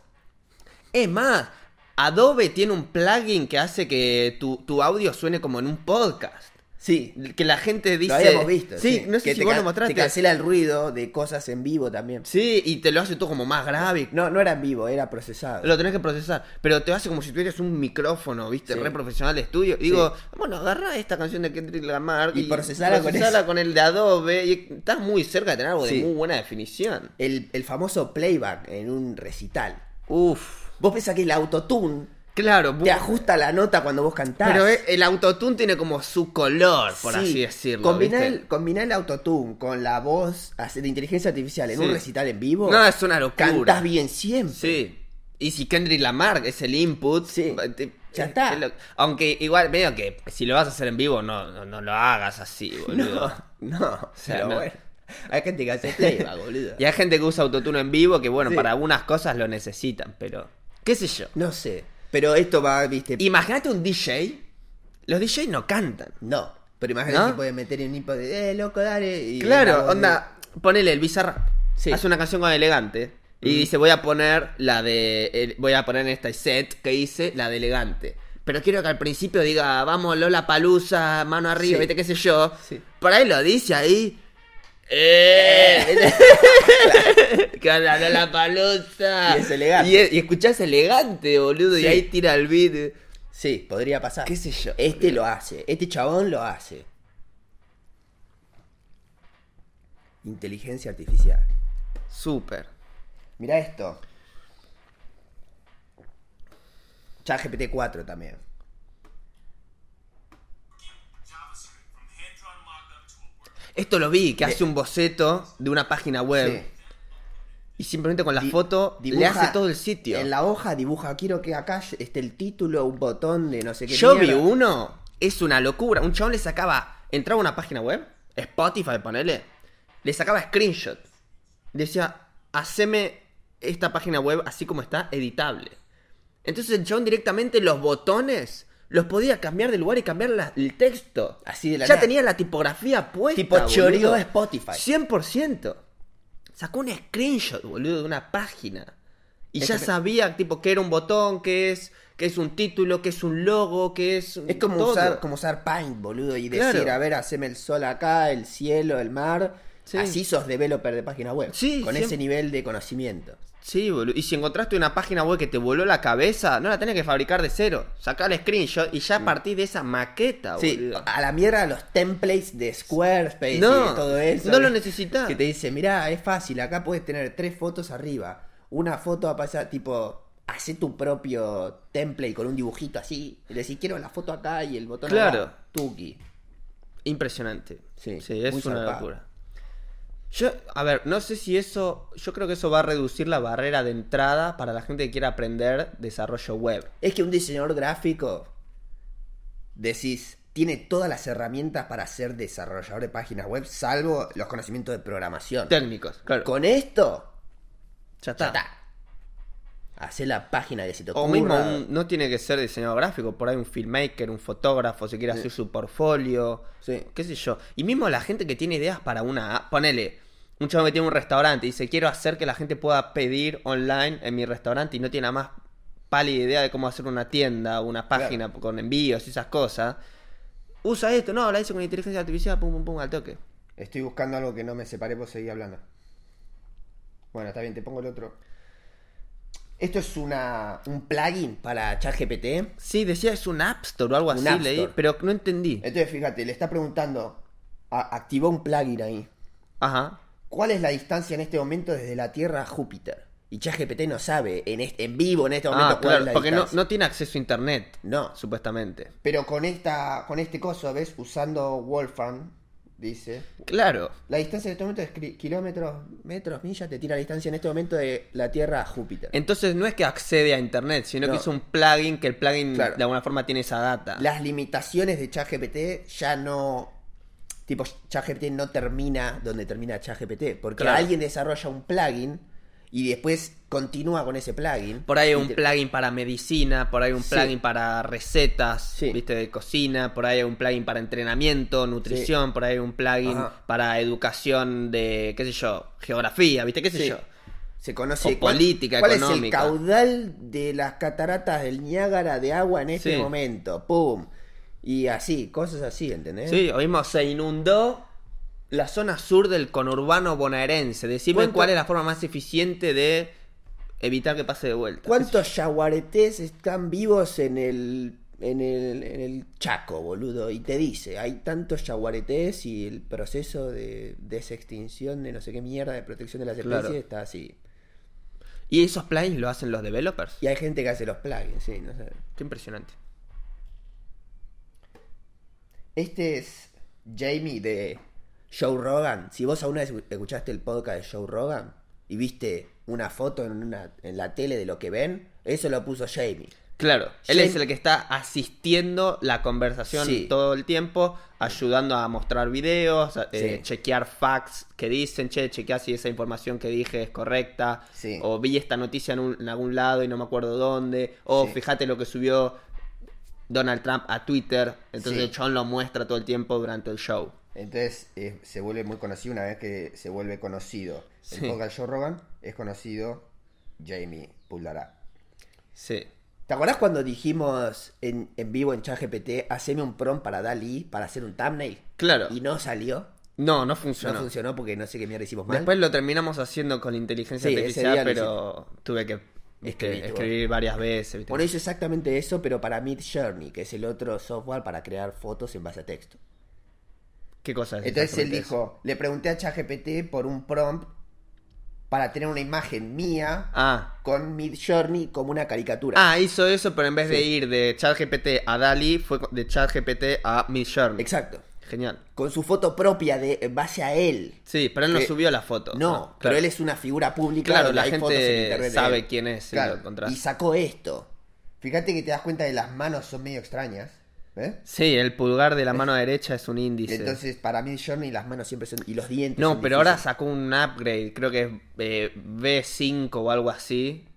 [SPEAKER 2] es más, Adobe tiene un plugin que hace que tu, tu audio suene como en un podcast.
[SPEAKER 1] Sí.
[SPEAKER 2] Que la gente dice...
[SPEAKER 1] Lo habíamos visto.
[SPEAKER 2] Sí, no sé
[SPEAKER 1] Que
[SPEAKER 2] si
[SPEAKER 1] te
[SPEAKER 2] vos
[SPEAKER 1] ca-
[SPEAKER 2] lo mostraste.
[SPEAKER 1] Te cancela el ruido de cosas en vivo también.
[SPEAKER 2] Sí, y te lo hace todo como más grave.
[SPEAKER 1] No, no era en vivo, era procesado.
[SPEAKER 2] Lo tenés que procesar, pero te hace como si tuvieras un micrófono, ¿viste?
[SPEAKER 1] Sí.
[SPEAKER 2] Re profesional de estudio. Y Digo, bueno, agarra esta canción de Kendrick Lamar
[SPEAKER 1] Y procesala con eso.
[SPEAKER 2] con el de Adobe. Y estás muy cerca de tener algo
[SPEAKER 1] Sí.
[SPEAKER 2] de muy buena definición.
[SPEAKER 1] El, el famoso playback en un recital.
[SPEAKER 2] Uf,
[SPEAKER 1] Vos pensás que el autotune
[SPEAKER 2] claro. bu-
[SPEAKER 1] te ajusta la nota cuando vos cantás.
[SPEAKER 2] pero eh, el autotune tiene como su color, por
[SPEAKER 1] Sí.
[SPEAKER 2] así decirlo.
[SPEAKER 1] Combiná
[SPEAKER 2] ¿viste?
[SPEAKER 1] el, combiná el autotune con la voz hace- de inteligencia artificial en
[SPEAKER 2] Sí.
[SPEAKER 1] un recital en vivo.
[SPEAKER 2] No, es una locura.
[SPEAKER 1] Cantás bien siempre.
[SPEAKER 2] Sí. Y si Kendrick Lamar es el input, eh,
[SPEAKER 1] Sí.
[SPEAKER 2] te-
[SPEAKER 1] Ya está.
[SPEAKER 2] te lo- Aunque igual veo que si lo vas a hacer en vivo, no, no, no lo hagas así, boludo.
[SPEAKER 1] No, no.
[SPEAKER 2] sea,
[SPEAKER 1] pero
[SPEAKER 2] no.
[SPEAKER 1] bueno. Hay gente que hace playback, boludo.
[SPEAKER 2] Y hay gente que usa autotune en vivo que, bueno,
[SPEAKER 1] Sí.
[SPEAKER 2] para algunas cosas lo necesitan, pero qué sé yo.
[SPEAKER 1] No sé. Pero esto va, viste.
[SPEAKER 2] Imagínate un DJ. Los DJ no cantan.
[SPEAKER 1] No. Pero imagínate
[SPEAKER 2] ¿No?
[SPEAKER 1] si puede meter un hipo de, eh, loco, dale. y la voz
[SPEAKER 2] claro,
[SPEAKER 1] de-
[SPEAKER 2] onda, ponele el Bizarrap.
[SPEAKER 1] Sí.
[SPEAKER 2] Hace una canción con Elegante. Y dice, voy a poner la de... el- voy a poner en este set que hice la de Elegante. Pero quiero que al principio diga, vamos, Lola Palusa, mano arriba,
[SPEAKER 1] Sí.
[SPEAKER 2] viste qué sé yo.
[SPEAKER 1] Sí.
[SPEAKER 2] Por ahí lo dice ahí. ¡Eh! que la Lola Palusa.
[SPEAKER 1] Y es elegante.
[SPEAKER 2] Y, es- y escuchás elegante, boludo. Y
[SPEAKER 1] Sí.
[SPEAKER 2] ahí tira el beat.
[SPEAKER 1] Sí, podría pasar.
[SPEAKER 2] Qué sé yo,
[SPEAKER 1] Este lo hace. Este chabón lo hace. Inteligencia artificial.
[SPEAKER 2] Súper.
[SPEAKER 1] Mira esto. Chat GPT-4 también.
[SPEAKER 4] JavaScript from hand-drawn mock-up to a work.
[SPEAKER 2] Esto lo vi, que hace un boceto de una página web. Y simplemente con la
[SPEAKER 1] Di-
[SPEAKER 2] foto le
[SPEAKER 1] dibuja-
[SPEAKER 2] hace todo el sitio.
[SPEAKER 1] En la hoja dibuja, quiero que acá esté el título, un botón de no sé qué.
[SPEAKER 2] Yo vi
[SPEAKER 1] mierda.
[SPEAKER 2] uno, es una locura. Un chabón le sacaba, entraba a una página web, Spotify, ponele, le sacaba screenshot. Decía, haceme esta página web así como está, editable. Entonces el chabón directamente los botones los podía cambiar de lugar y cambiar la- el texto.
[SPEAKER 1] Así de la
[SPEAKER 2] Ya
[SPEAKER 1] nada.
[SPEAKER 2] tenía la tipografía puesta.
[SPEAKER 1] Tipo choreó
[SPEAKER 2] boludo.
[SPEAKER 1] Spotify.
[SPEAKER 2] 100%. Sacó un screenshot, boludo, de una página. Y
[SPEAKER 1] Es
[SPEAKER 2] ya
[SPEAKER 1] que-
[SPEAKER 2] sabía, tipo, que era un botón, que es, que es un título, que es un logo, que es.
[SPEAKER 1] Es como
[SPEAKER 2] todo.
[SPEAKER 1] usar, como usar Paint, boludo, y
[SPEAKER 2] Claro.
[SPEAKER 1] decir, a ver, haceme el sol acá, el cielo, el mar.
[SPEAKER 2] Sí.
[SPEAKER 1] Así sos developer de página web.
[SPEAKER 2] Sí,
[SPEAKER 1] con
[SPEAKER 2] siempre-
[SPEAKER 1] ese nivel de conocimiento.
[SPEAKER 2] Sí, boludo. Y si encontraste una página web que te voló la cabeza, no la tenés que fabricar de cero. Sacá el screenshot y ya a partir de esa maqueta,
[SPEAKER 1] Mm. Sí,
[SPEAKER 2] Ah,
[SPEAKER 1] ah,
[SPEAKER 2] boludo.
[SPEAKER 1] a la mierda los templates de Squarespace y
[SPEAKER 2] No,
[SPEAKER 1] de todo eso.
[SPEAKER 2] no lo necesitas.
[SPEAKER 1] Que te dice, mirá, es fácil, acá puedes tener tres fotos arriba. Una foto va a pasar, tipo, hace tu propio template con un dibujito así. Y le decís, quiero la foto acá y el botón acá".
[SPEAKER 2] Claro.
[SPEAKER 1] Tuki.
[SPEAKER 2] Impresionante.
[SPEAKER 1] Sí, muy
[SPEAKER 2] es una
[SPEAKER 1] zarpado.
[SPEAKER 2] locura. Yo, a ver, no sé si eso. Yo creo que eso va a reducir la barrera de entrada para la gente que quiera aprender desarrollo web.
[SPEAKER 1] Es que un diseñador gráfico, decís, tiene todas las herramientas para ser desarrollador de páginas web, salvo los conocimientos de programación.
[SPEAKER 2] Técnicos, claro.
[SPEAKER 1] Con esto,
[SPEAKER 2] ya
[SPEAKER 1] ya
[SPEAKER 2] está.
[SPEAKER 1] está. Hacé la página que se te ocurra.
[SPEAKER 2] O mismo, un- no tiene que ser diseñador gráfico, por ahí un filmmaker, un fotógrafo, si quiere hacer su portfolio,
[SPEAKER 1] Sí.
[SPEAKER 2] qué sé yo. Y mismo la gente que tiene ideas para una app, ponele, un chavo que tiene un restaurante y dice, quiero hacer que la gente pueda pedir online en mi restaurante y no tiene la más pálida idea de cómo hacer una tienda, una página con envíos y esas cosas. Usa esto, no, la hice con inteligencia artificial, pum, pum, pum, al toque.
[SPEAKER 1] Estoy buscando algo que no me separé, vos seguí hablando. Bueno, está bien, te pongo el otro. Esto es una, un plugin para ChatGPT.
[SPEAKER 2] Sí, decía es un App Store o algo
[SPEAKER 1] Un
[SPEAKER 2] así,
[SPEAKER 1] App
[SPEAKER 2] leí,
[SPEAKER 1] Store.
[SPEAKER 2] pero no entendí.
[SPEAKER 1] Entonces, fíjate, le está preguntando, a- activó un plugin ahí.
[SPEAKER 2] Ajá.
[SPEAKER 1] ¿Cuál es la distancia en este momento desde la Tierra a Júpiter? Y ChatGPT no sabe en, este- en vivo en este momento
[SPEAKER 2] Ah,
[SPEAKER 1] cuál
[SPEAKER 2] claro,
[SPEAKER 1] es la
[SPEAKER 2] porque no,
[SPEAKER 1] distancia.
[SPEAKER 2] no tiene acceso a internet,
[SPEAKER 1] No.
[SPEAKER 2] supuestamente.
[SPEAKER 1] Pero con esta con este coso, ¿ves? Usando Wolfram, dice.
[SPEAKER 2] Claro.
[SPEAKER 1] La distancia en este momento es cri- kilómetros, metros, millas, te tira la distancia en este momento de la Tierra a Júpiter.
[SPEAKER 2] Entonces no es que accede a internet, sino que
[SPEAKER 1] No.
[SPEAKER 2] es un plugin que el plugin
[SPEAKER 1] Claro.
[SPEAKER 2] de alguna forma tiene esa data.
[SPEAKER 1] Las limitaciones de ChatGPT ya no. Tipo, ChatGPT no termina donde termina ChatGPT. Porque
[SPEAKER 2] Claro.
[SPEAKER 1] alguien desarrolla un plugin y después continúa con ese plugin.
[SPEAKER 2] Por ahí hay
[SPEAKER 1] Y
[SPEAKER 2] un
[SPEAKER 1] te-
[SPEAKER 2] plugin para medicina, por ahí hay un
[SPEAKER 1] Sí.
[SPEAKER 2] plugin para recetas,
[SPEAKER 1] Sí.
[SPEAKER 2] viste, de cocina, por ahí hay un plugin para entrenamiento, nutrición, por ahí hay un plugin
[SPEAKER 1] Ajá.
[SPEAKER 2] para educación de, qué sé yo, geografía, viste, qué sé
[SPEAKER 1] Sí.
[SPEAKER 2] yo.
[SPEAKER 1] Se conoce.
[SPEAKER 2] O política,
[SPEAKER 1] ¿Cuál
[SPEAKER 2] económica.
[SPEAKER 1] es el caudal de las cataratas del Niágara de agua en este
[SPEAKER 2] Sí.
[SPEAKER 1] momento? ¡Pum! Y así, cosas así, ¿entendés?
[SPEAKER 2] Sí, hoy mismo se inundó la zona sur del conurbano bonaerense. Decime
[SPEAKER 1] ¿Cuánto-
[SPEAKER 2] cuál es la forma más eficiente de evitar que pase de vuelta.
[SPEAKER 1] ¿Cuántos yaguaretés están vivos en el, en el, en el Chaco, boludo? Y te dice, hay tantos yaguaretés y el proceso de desextinción de no sé qué mierda, de protección de las especies,
[SPEAKER 2] Claro.
[SPEAKER 1] está así.
[SPEAKER 2] ¿Y esos plugins lo hacen los developers?
[SPEAKER 1] Y hay gente que hace los plugins, sí, no sé.
[SPEAKER 2] Qué impresionante.
[SPEAKER 1] Este es Jamie de Joe Rogan. Si vos alguna vez escuchaste el podcast de Joe Rogan y viste una foto en, una, en la tele de lo que ven, eso lo puso Jamie.
[SPEAKER 2] Claro, él
[SPEAKER 1] Jane-
[SPEAKER 2] es el que está asistiendo la conversación
[SPEAKER 1] Sí.
[SPEAKER 2] todo el tiempo, ayudando a mostrar videos, a- eh,
[SPEAKER 1] Sí.
[SPEAKER 2] chequear facts que dicen, che, chequea si esa información que dije es correcta,
[SPEAKER 1] Sí.
[SPEAKER 2] o vi esta noticia en, un- en algún lado y no me acuerdo dónde, o
[SPEAKER 1] Sí.
[SPEAKER 2] fíjate lo que subió Donald Trump a Twitter, entonces
[SPEAKER 1] Sí.
[SPEAKER 2] John lo muestra todo el tiempo durante el show.
[SPEAKER 1] Entonces eh, se vuelve muy conocido una vez que se vuelve conocido.
[SPEAKER 2] Sí.
[SPEAKER 1] El podcast de Joe Rogan es conocido Jamie Puldara.
[SPEAKER 2] Sí.
[SPEAKER 1] ¿Te acordás cuando dijimos en, en vivo en ChatGPT, haceme un prom para Dalí para hacer un thumbnail?
[SPEAKER 2] Claro.
[SPEAKER 1] Y no salió.
[SPEAKER 2] No, no
[SPEAKER 1] No
[SPEAKER 2] funcionó.
[SPEAKER 1] funcionó porque no sé qué mierda hicimos mal.
[SPEAKER 2] Después lo terminamos haciendo con la inteligencia
[SPEAKER 1] Sí, ese
[SPEAKER 2] artificial,
[SPEAKER 1] día lo
[SPEAKER 2] pero tuve que viste,
[SPEAKER 1] Escribí,
[SPEAKER 2] escribir,
[SPEAKER 1] tuvo.
[SPEAKER 2] varias veces. viste.
[SPEAKER 1] Por eso exactamente eso, pero para Mid Journey, que es el otro software para crear fotos en base a texto.
[SPEAKER 2] ¿Qué cosa es
[SPEAKER 1] Entonces él
[SPEAKER 2] exactamente eso?
[SPEAKER 1] dijo, le pregunté a ChatGPT por un prompt para tener una imagen mía
[SPEAKER 2] Ah.
[SPEAKER 1] con Mid Journey como una caricatura.
[SPEAKER 2] Ah, hizo eso, pero en vez de ir de ChatGPT a Dali, fue de ChatGPT a Midjourney.
[SPEAKER 1] Exacto.
[SPEAKER 2] Genial.
[SPEAKER 1] Con su foto propia de en base a él.
[SPEAKER 2] Sí, pero él no
[SPEAKER 1] Que-
[SPEAKER 2] subió la foto. Ah,
[SPEAKER 1] No,
[SPEAKER 2] claro.
[SPEAKER 1] pero él es una figura pública.
[SPEAKER 2] Claro,
[SPEAKER 1] donde
[SPEAKER 2] la
[SPEAKER 1] hay
[SPEAKER 2] gente
[SPEAKER 1] fotos en internet de
[SPEAKER 2] sabe
[SPEAKER 1] él.
[SPEAKER 2] quién es si lo encontrás.
[SPEAKER 1] y sacó esto. Fíjate que te das cuenta de las manos son medio extrañas. ¿eh?
[SPEAKER 2] Sí, el pulgar de la mano derecha es un índice.
[SPEAKER 1] Entonces, para mí, Journey, las manos siempre son. Y los dientes.
[SPEAKER 2] no,
[SPEAKER 1] son
[SPEAKER 2] pero ahora
[SPEAKER 1] difíciles.
[SPEAKER 2] sacó un upgrade, creo que es eh, B5 o algo así,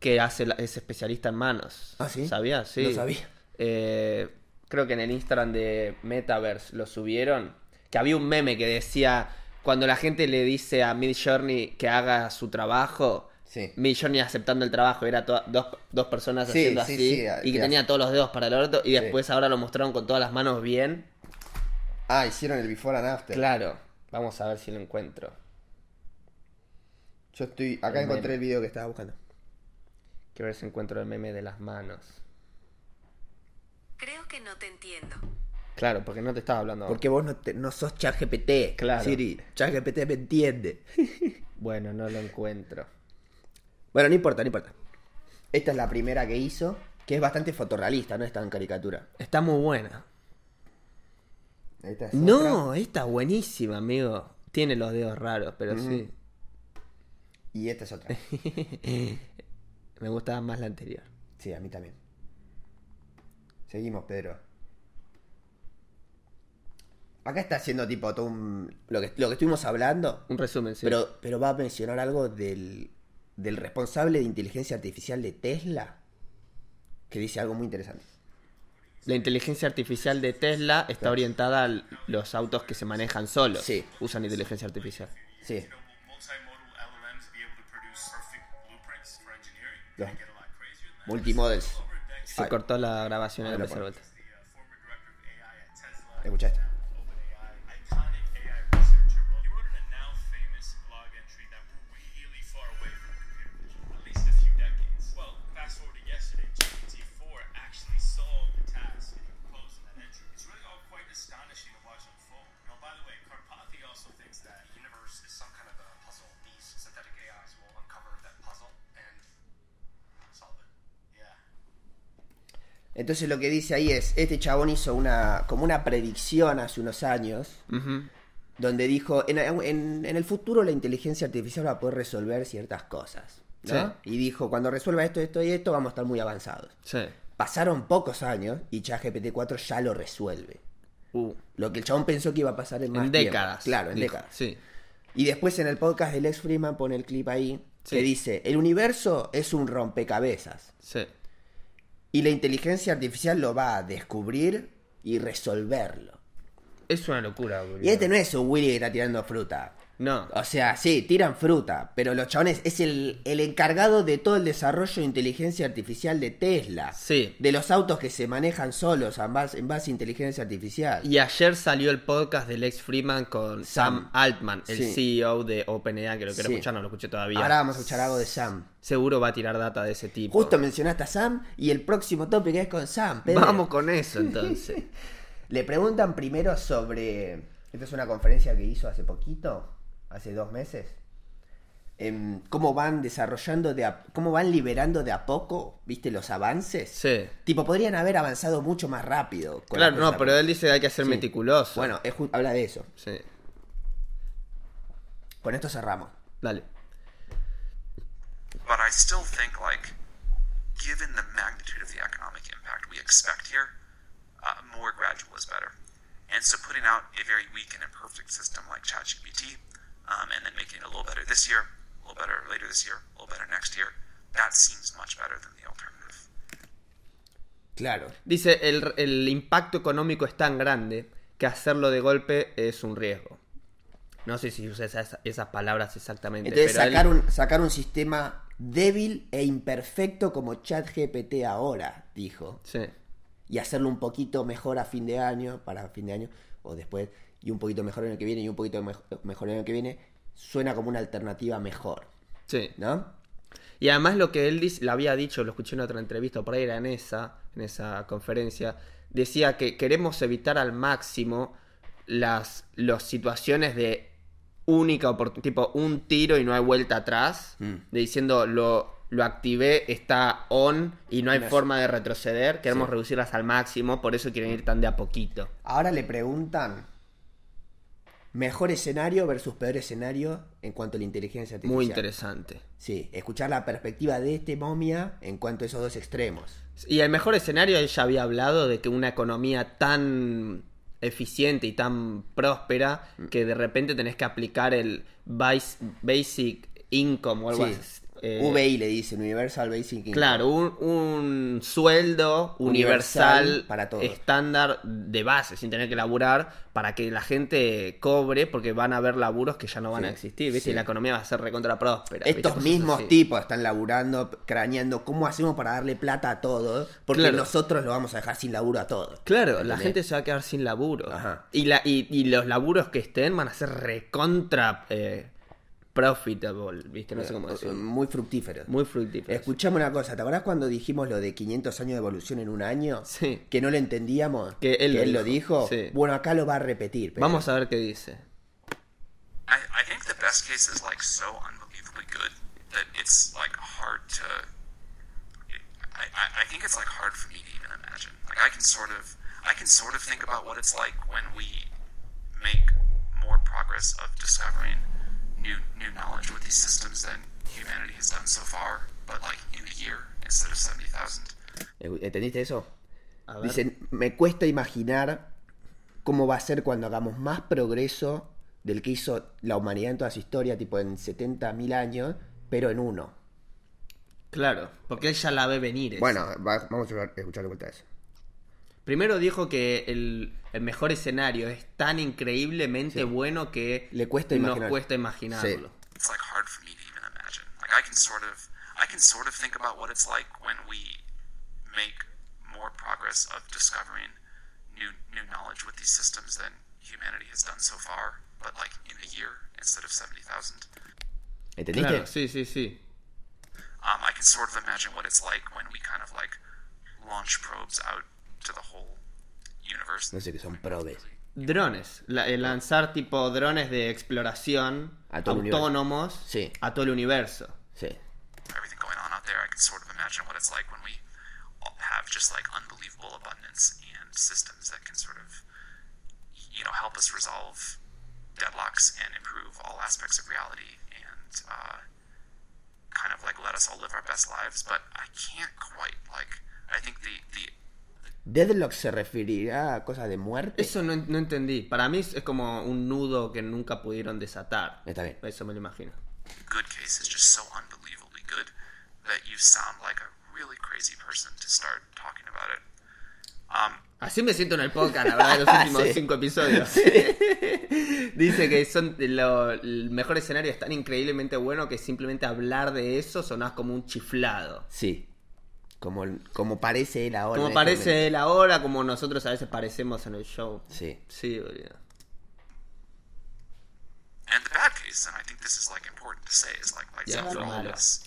[SPEAKER 2] que hace la- es especialista en manos.
[SPEAKER 1] ¿Ah, sí?
[SPEAKER 2] ¿Sabías? Sí.
[SPEAKER 1] No sabía.
[SPEAKER 2] Eh, creo que en el Instagram de Metaverse lo subieron, que había un meme que decía, cuando la gente le dice a Midjourney que haga su trabajo,
[SPEAKER 1] Sí.
[SPEAKER 2] Midjourney aceptando el trabajo, era toda- dos, dos personas
[SPEAKER 1] Sí,
[SPEAKER 2] haciendo
[SPEAKER 1] sí,
[SPEAKER 2] así,
[SPEAKER 1] sí, a-
[SPEAKER 2] y que
[SPEAKER 1] que
[SPEAKER 2] tenía
[SPEAKER 1] hace-
[SPEAKER 2] todos los dedos para el orto, y después ahora lo mostraron con todas las manos bien.
[SPEAKER 1] Ah, hicieron el before and after.
[SPEAKER 2] Claro, vamos a ver si lo encuentro.
[SPEAKER 1] Yo estoy. Acá
[SPEAKER 2] El
[SPEAKER 1] encontré
[SPEAKER 2] meme.
[SPEAKER 1] el video que estaba buscando.
[SPEAKER 2] Quiero ver si encuentro el meme de las manos.
[SPEAKER 6] Creo que no te entiendo.
[SPEAKER 2] Claro, porque no te estaba hablando.
[SPEAKER 1] Porque vos no, te- no sos ChatGPT.
[SPEAKER 2] Claro.
[SPEAKER 1] Siri, ChatGPT me entiende.
[SPEAKER 2] Bueno, no lo encuentro.
[SPEAKER 1] Bueno, no importa, no importa. Esta es la primera que hizo, que es bastante fotorrealista, no es tan caricatura.
[SPEAKER 2] Está muy buena.
[SPEAKER 1] Esta es
[SPEAKER 2] No,
[SPEAKER 1] otra,
[SPEAKER 2] está buenísima, amigo. Tiene los dedos raros, pero sí.
[SPEAKER 1] Y esta es otra.
[SPEAKER 2] Me gustaba más la anterior.
[SPEAKER 1] Sí, a mí también. Seguimos, Pedro. Acá está haciendo tipo todo un- lo, que, lo que estuvimos hablando,
[SPEAKER 2] Un resumen, sí.
[SPEAKER 1] pero, pero va a mencionar algo del, del responsable de inteligencia artificial de Tesla, que dice algo muy interesante.
[SPEAKER 2] La inteligencia artificial de Tesla está orientada a l- los autos que se manejan solos.
[SPEAKER 1] Sí.
[SPEAKER 2] Usan inteligencia artificial.
[SPEAKER 1] Sí,
[SPEAKER 4] You know, will multimodal LLMs be able to produce perfect blueprints for engineering?
[SPEAKER 1] Yeah.
[SPEAKER 4] Can it get a lot crazier than that?
[SPEAKER 1] multimodels.
[SPEAKER 4] Over a decade
[SPEAKER 2] Se
[SPEAKER 1] Ay.
[SPEAKER 2] cortó la grabación
[SPEAKER 1] Ahí
[SPEAKER 2] en la
[SPEAKER 1] lo
[SPEAKER 2] tercera
[SPEAKER 1] pones.
[SPEAKER 2] vuelta.
[SPEAKER 4] as the uh, former director of AI at Tesla,
[SPEAKER 1] Escucha esta.
[SPEAKER 4] OpenAI, iconic AI researcher, well, he wrote in a now famous blog entry that we're really far away from computer vision, at least a few decades. Well, fast forward to yesterday, GPT-4 actually solved the task that he proposed in that entry. It's really all quite astonishing to watch unfold. You know, by the way, Karpathy also thinks that the universe is some kind of a puzzle. These synthetic AIs will uncover that puzzle and solve it. Yeah.
[SPEAKER 1] Entonces lo que dice ahí es, este chabón hizo una como una predicción hace unos años, donde dijo, en, en- en el futuro la inteligencia artificial va a poder resolver ciertas cosas. ¿no? Y dijo, cuando resuelva esto, esto y esto, vamos a estar muy avanzados.
[SPEAKER 2] Sí.
[SPEAKER 1] Pasaron pocos años y ChatGPT 4 ya lo resuelve.
[SPEAKER 2] Uh,
[SPEAKER 1] Lo que el chabón pensó que iba a pasar en más
[SPEAKER 2] en
[SPEAKER 1] tiempo.
[SPEAKER 2] décadas.
[SPEAKER 1] Claro, en
[SPEAKER 2] dijo.
[SPEAKER 1] décadas.
[SPEAKER 2] Sí.
[SPEAKER 1] Y después en el podcast de Lex Freeman pone el clip ahí
[SPEAKER 2] Sí.
[SPEAKER 1] que dice, el universo es un rompecabezas.
[SPEAKER 2] Sí.
[SPEAKER 1] Y la inteligencia artificial lo va a descubrir y resolverlo.
[SPEAKER 2] Es una locura, boludo.
[SPEAKER 1] Y este no es un Willy que está tirando fruta.
[SPEAKER 2] No.
[SPEAKER 1] O sea, sí, tiran fruta, pero los chabones es el, el encargado de todo el desarrollo de inteligencia artificial de Tesla.
[SPEAKER 2] Sí.
[SPEAKER 1] De los autos que se manejan solos en base, en base a inteligencia artificial.
[SPEAKER 2] Y ayer salió el podcast de Lex Freeman con Sam,
[SPEAKER 1] Sam.
[SPEAKER 2] Altman, el
[SPEAKER 1] Sí.
[SPEAKER 2] CEO de OpenAI, que lo quiero
[SPEAKER 1] Sí.
[SPEAKER 2] escuchar, no lo escuché todavía.
[SPEAKER 1] Ahora vamos a escuchar algo de Sam.
[SPEAKER 2] Seguro va a tirar data de ese tipo.
[SPEAKER 1] Justo mencionaste a Sam y el próximo tópico es con Sam. Pedro.
[SPEAKER 2] Vamos con eso entonces.
[SPEAKER 1] Le preguntan primero sobre. Esta es una conferencia que hizo hace poquito, hace dos meses. em, cómo van desarrollando de a- cómo van liberando de a poco, viste, los avances.
[SPEAKER 2] Sí.
[SPEAKER 1] Tipo, podrían haber avanzado mucho más rápido. con
[SPEAKER 2] claro,
[SPEAKER 1] la
[SPEAKER 2] no,
[SPEAKER 1] cosa.
[SPEAKER 2] pero él dice que hay que ser
[SPEAKER 1] Sí.
[SPEAKER 2] meticuloso.
[SPEAKER 1] Bueno, es ju- habla de eso.
[SPEAKER 2] Sí.
[SPEAKER 1] Con esto cerramos.
[SPEAKER 2] Dale.
[SPEAKER 7] But I still think, like, given the magnitude of the economic impact we expect here, uh, more gradual is better. And so putting out a very weak and imperfect system like ChatGPT, um, and then making it a little better this year, a little better later this year, a little better next year, that seems much better than the alternative.
[SPEAKER 1] Claro.
[SPEAKER 2] Dice, el, el impacto económico es tan grande que hacerlo de golpe es un riesgo. No sé si usa esas, esas palabras exactamente.
[SPEAKER 1] Entonces,
[SPEAKER 2] pero él-
[SPEAKER 1] sacar, un, sacar un sistema débil e imperfecto como ChatGPT ahora, dijo.
[SPEAKER 2] Sí.
[SPEAKER 1] Y hacerlo un poquito mejor a fin de año, para fin de año, o después, y un poquito mejor en el que viene, y un poquito mej- mejor en el que viene, suena como una alternativa mejor,
[SPEAKER 2] Sí.
[SPEAKER 1] ¿no?
[SPEAKER 2] Y además lo que él dice, le había dicho, lo escuché en otra entrevista, por ahí era en esa, en esa conferencia, decía que queremos evitar al máximo las, las situaciones de única oportunidad, tipo un tiro y no hay vuelta atrás,
[SPEAKER 1] Mm.
[SPEAKER 2] de diciendo lo, lo activé, está on y no hay
[SPEAKER 1] Una-
[SPEAKER 2] forma de retroceder, queremos
[SPEAKER 1] Sí.
[SPEAKER 2] reducirlas al máximo, por eso quieren ir tan de a poquito.
[SPEAKER 1] Ahora le preguntan mejor escenario versus peor escenario en cuanto a la inteligencia artificial.
[SPEAKER 2] Muy interesante.
[SPEAKER 1] Sí, escuchar la perspectiva de este momia en cuanto a esos dos extremos.
[SPEAKER 2] Y el mejor escenario, él ya había hablado de que una economía tan eficiente y tan próspera que de repente tenés que aplicar el bais- basic income o algo
[SPEAKER 1] Sí.
[SPEAKER 2] así. Eh,
[SPEAKER 1] UBI le dicen, Universal Basic Income.
[SPEAKER 2] Claro, un, un sueldo
[SPEAKER 1] Universal
[SPEAKER 2] universal,
[SPEAKER 1] para todos.
[SPEAKER 2] estándar de base, sin tener que laburar, para que la gente cobre, porque van a haber laburos que ya no van
[SPEAKER 1] Sí,
[SPEAKER 2] a existir, ¿viste?
[SPEAKER 1] sí.
[SPEAKER 2] Y la economía va a ser recontra próspera. ¿viste?
[SPEAKER 1] Estos
[SPEAKER 2] Cosas
[SPEAKER 1] mismos
[SPEAKER 2] así.
[SPEAKER 1] tipos están laburando, craneando cómo hacemos para darle plata a todos, porque
[SPEAKER 2] Claro.
[SPEAKER 1] nosotros lo vamos a dejar sin laburo a todos.
[SPEAKER 2] Claro, la
[SPEAKER 1] ¿Entendés?
[SPEAKER 2] gente se va a quedar sin laburo.
[SPEAKER 1] Ajá.
[SPEAKER 2] Y, la, y, y los laburos que estén van a ser recontra eh, profitable, ¿viste? No sé
[SPEAKER 1] Eh,
[SPEAKER 2] cómo decirlo.
[SPEAKER 1] Muy fructíferos.
[SPEAKER 2] Muy fructíferos.
[SPEAKER 1] Escuchame una cosa, ¿te acordás cuando dijimos lo de 500 años de evolución en un año?
[SPEAKER 2] Sí.
[SPEAKER 1] Que no lo entendíamos.
[SPEAKER 2] Que él lo
[SPEAKER 1] lo dijo.
[SPEAKER 2] dijo, sí.
[SPEAKER 1] Bueno, acá lo va a repetir. pero-
[SPEAKER 2] Vamos a ver qué dice.
[SPEAKER 7] I, I think the best case is like so unbelievably good that it's like hard to. I, I, I think it's like hard for me to even imagine. Like I can sort of, I can sort of think about what it's like when we make more progress of discovering new new knowledge with these systems than humanity has done so far, but like in a year instead of seventy thousand.
[SPEAKER 1] ¿eh? ¿Entendiste eso?
[SPEAKER 2] A ver.
[SPEAKER 1] Dicen, me cuesta imaginar cómo va a ser cuando hagamos más progreso del que hizo la humanidad en toda su historia, tipo en 70.000 años, pero en uno.
[SPEAKER 2] Claro, porque él ya la ve venir. esa.
[SPEAKER 1] Bueno, va- vamos a escuchar de vuelta eso.
[SPEAKER 2] Primero dijo que el, el mejor escenario es tan increíblemente bueno que
[SPEAKER 1] Le cuesta imaginar.
[SPEAKER 2] nos cuesta imaginarlo.
[SPEAKER 7] it's like hard for me to even imagine. Like I can sort of I can sort of think about what it's like when we make more progress of discovering new new knowledge with these systems than humanity has done so far, but like in a year instead of seventy thousand.
[SPEAKER 1] ¿Entendiste?
[SPEAKER 2] Claro, sí, sí, sí.
[SPEAKER 7] Um, I can sort of imagine what it's like when we kind of like launch probes out to the whole universe.
[SPEAKER 1] No sé qué son probes.
[SPEAKER 2] Drones, la- eh, lanzar tipo drones de exploración
[SPEAKER 1] A todo el universo.
[SPEAKER 2] autónomos
[SPEAKER 1] Sí.
[SPEAKER 2] a todo el universo.
[SPEAKER 1] Sí.
[SPEAKER 7] everything going on out there, I can sort of imagine what it's like when we all have just like unbelievable abundance and systems that can sort of, you know, help us resolve deadlocks and improve all aspects of reality and uh, kind of like let us all live our best lives. But I can't quite like. I think the the
[SPEAKER 1] Deadlock se referirá a cosas de muerte.
[SPEAKER 2] Eso no, no entendí. Para mí es es como un nudo que nunca pudieron desatar.
[SPEAKER 1] Está bien.
[SPEAKER 2] Eso me lo imagino.
[SPEAKER 7] good case is just so unbelievably good that you sound like a really crazy person to start talking about it. Um,
[SPEAKER 2] Así me siento en el podcast, la verdad, de los últimos
[SPEAKER 1] Sí.
[SPEAKER 2] cinco episodios. Dice que son lo- el mejor escenario es tan increíblemente bueno que simplemente hablar de eso sonás como un chiflado.
[SPEAKER 1] Sí. Como, como parece él ahora. en
[SPEAKER 2] Como
[SPEAKER 1] este
[SPEAKER 2] parece
[SPEAKER 1] momento.
[SPEAKER 2] él ahora, como nosotros a veces parecemos en el show.
[SPEAKER 1] Sí.
[SPEAKER 2] Sí, boludo.
[SPEAKER 7] And the bad case, and I think this is like important to say, is like lights
[SPEAKER 2] Yeah,
[SPEAKER 7] out for all of
[SPEAKER 2] Romano.
[SPEAKER 7] us.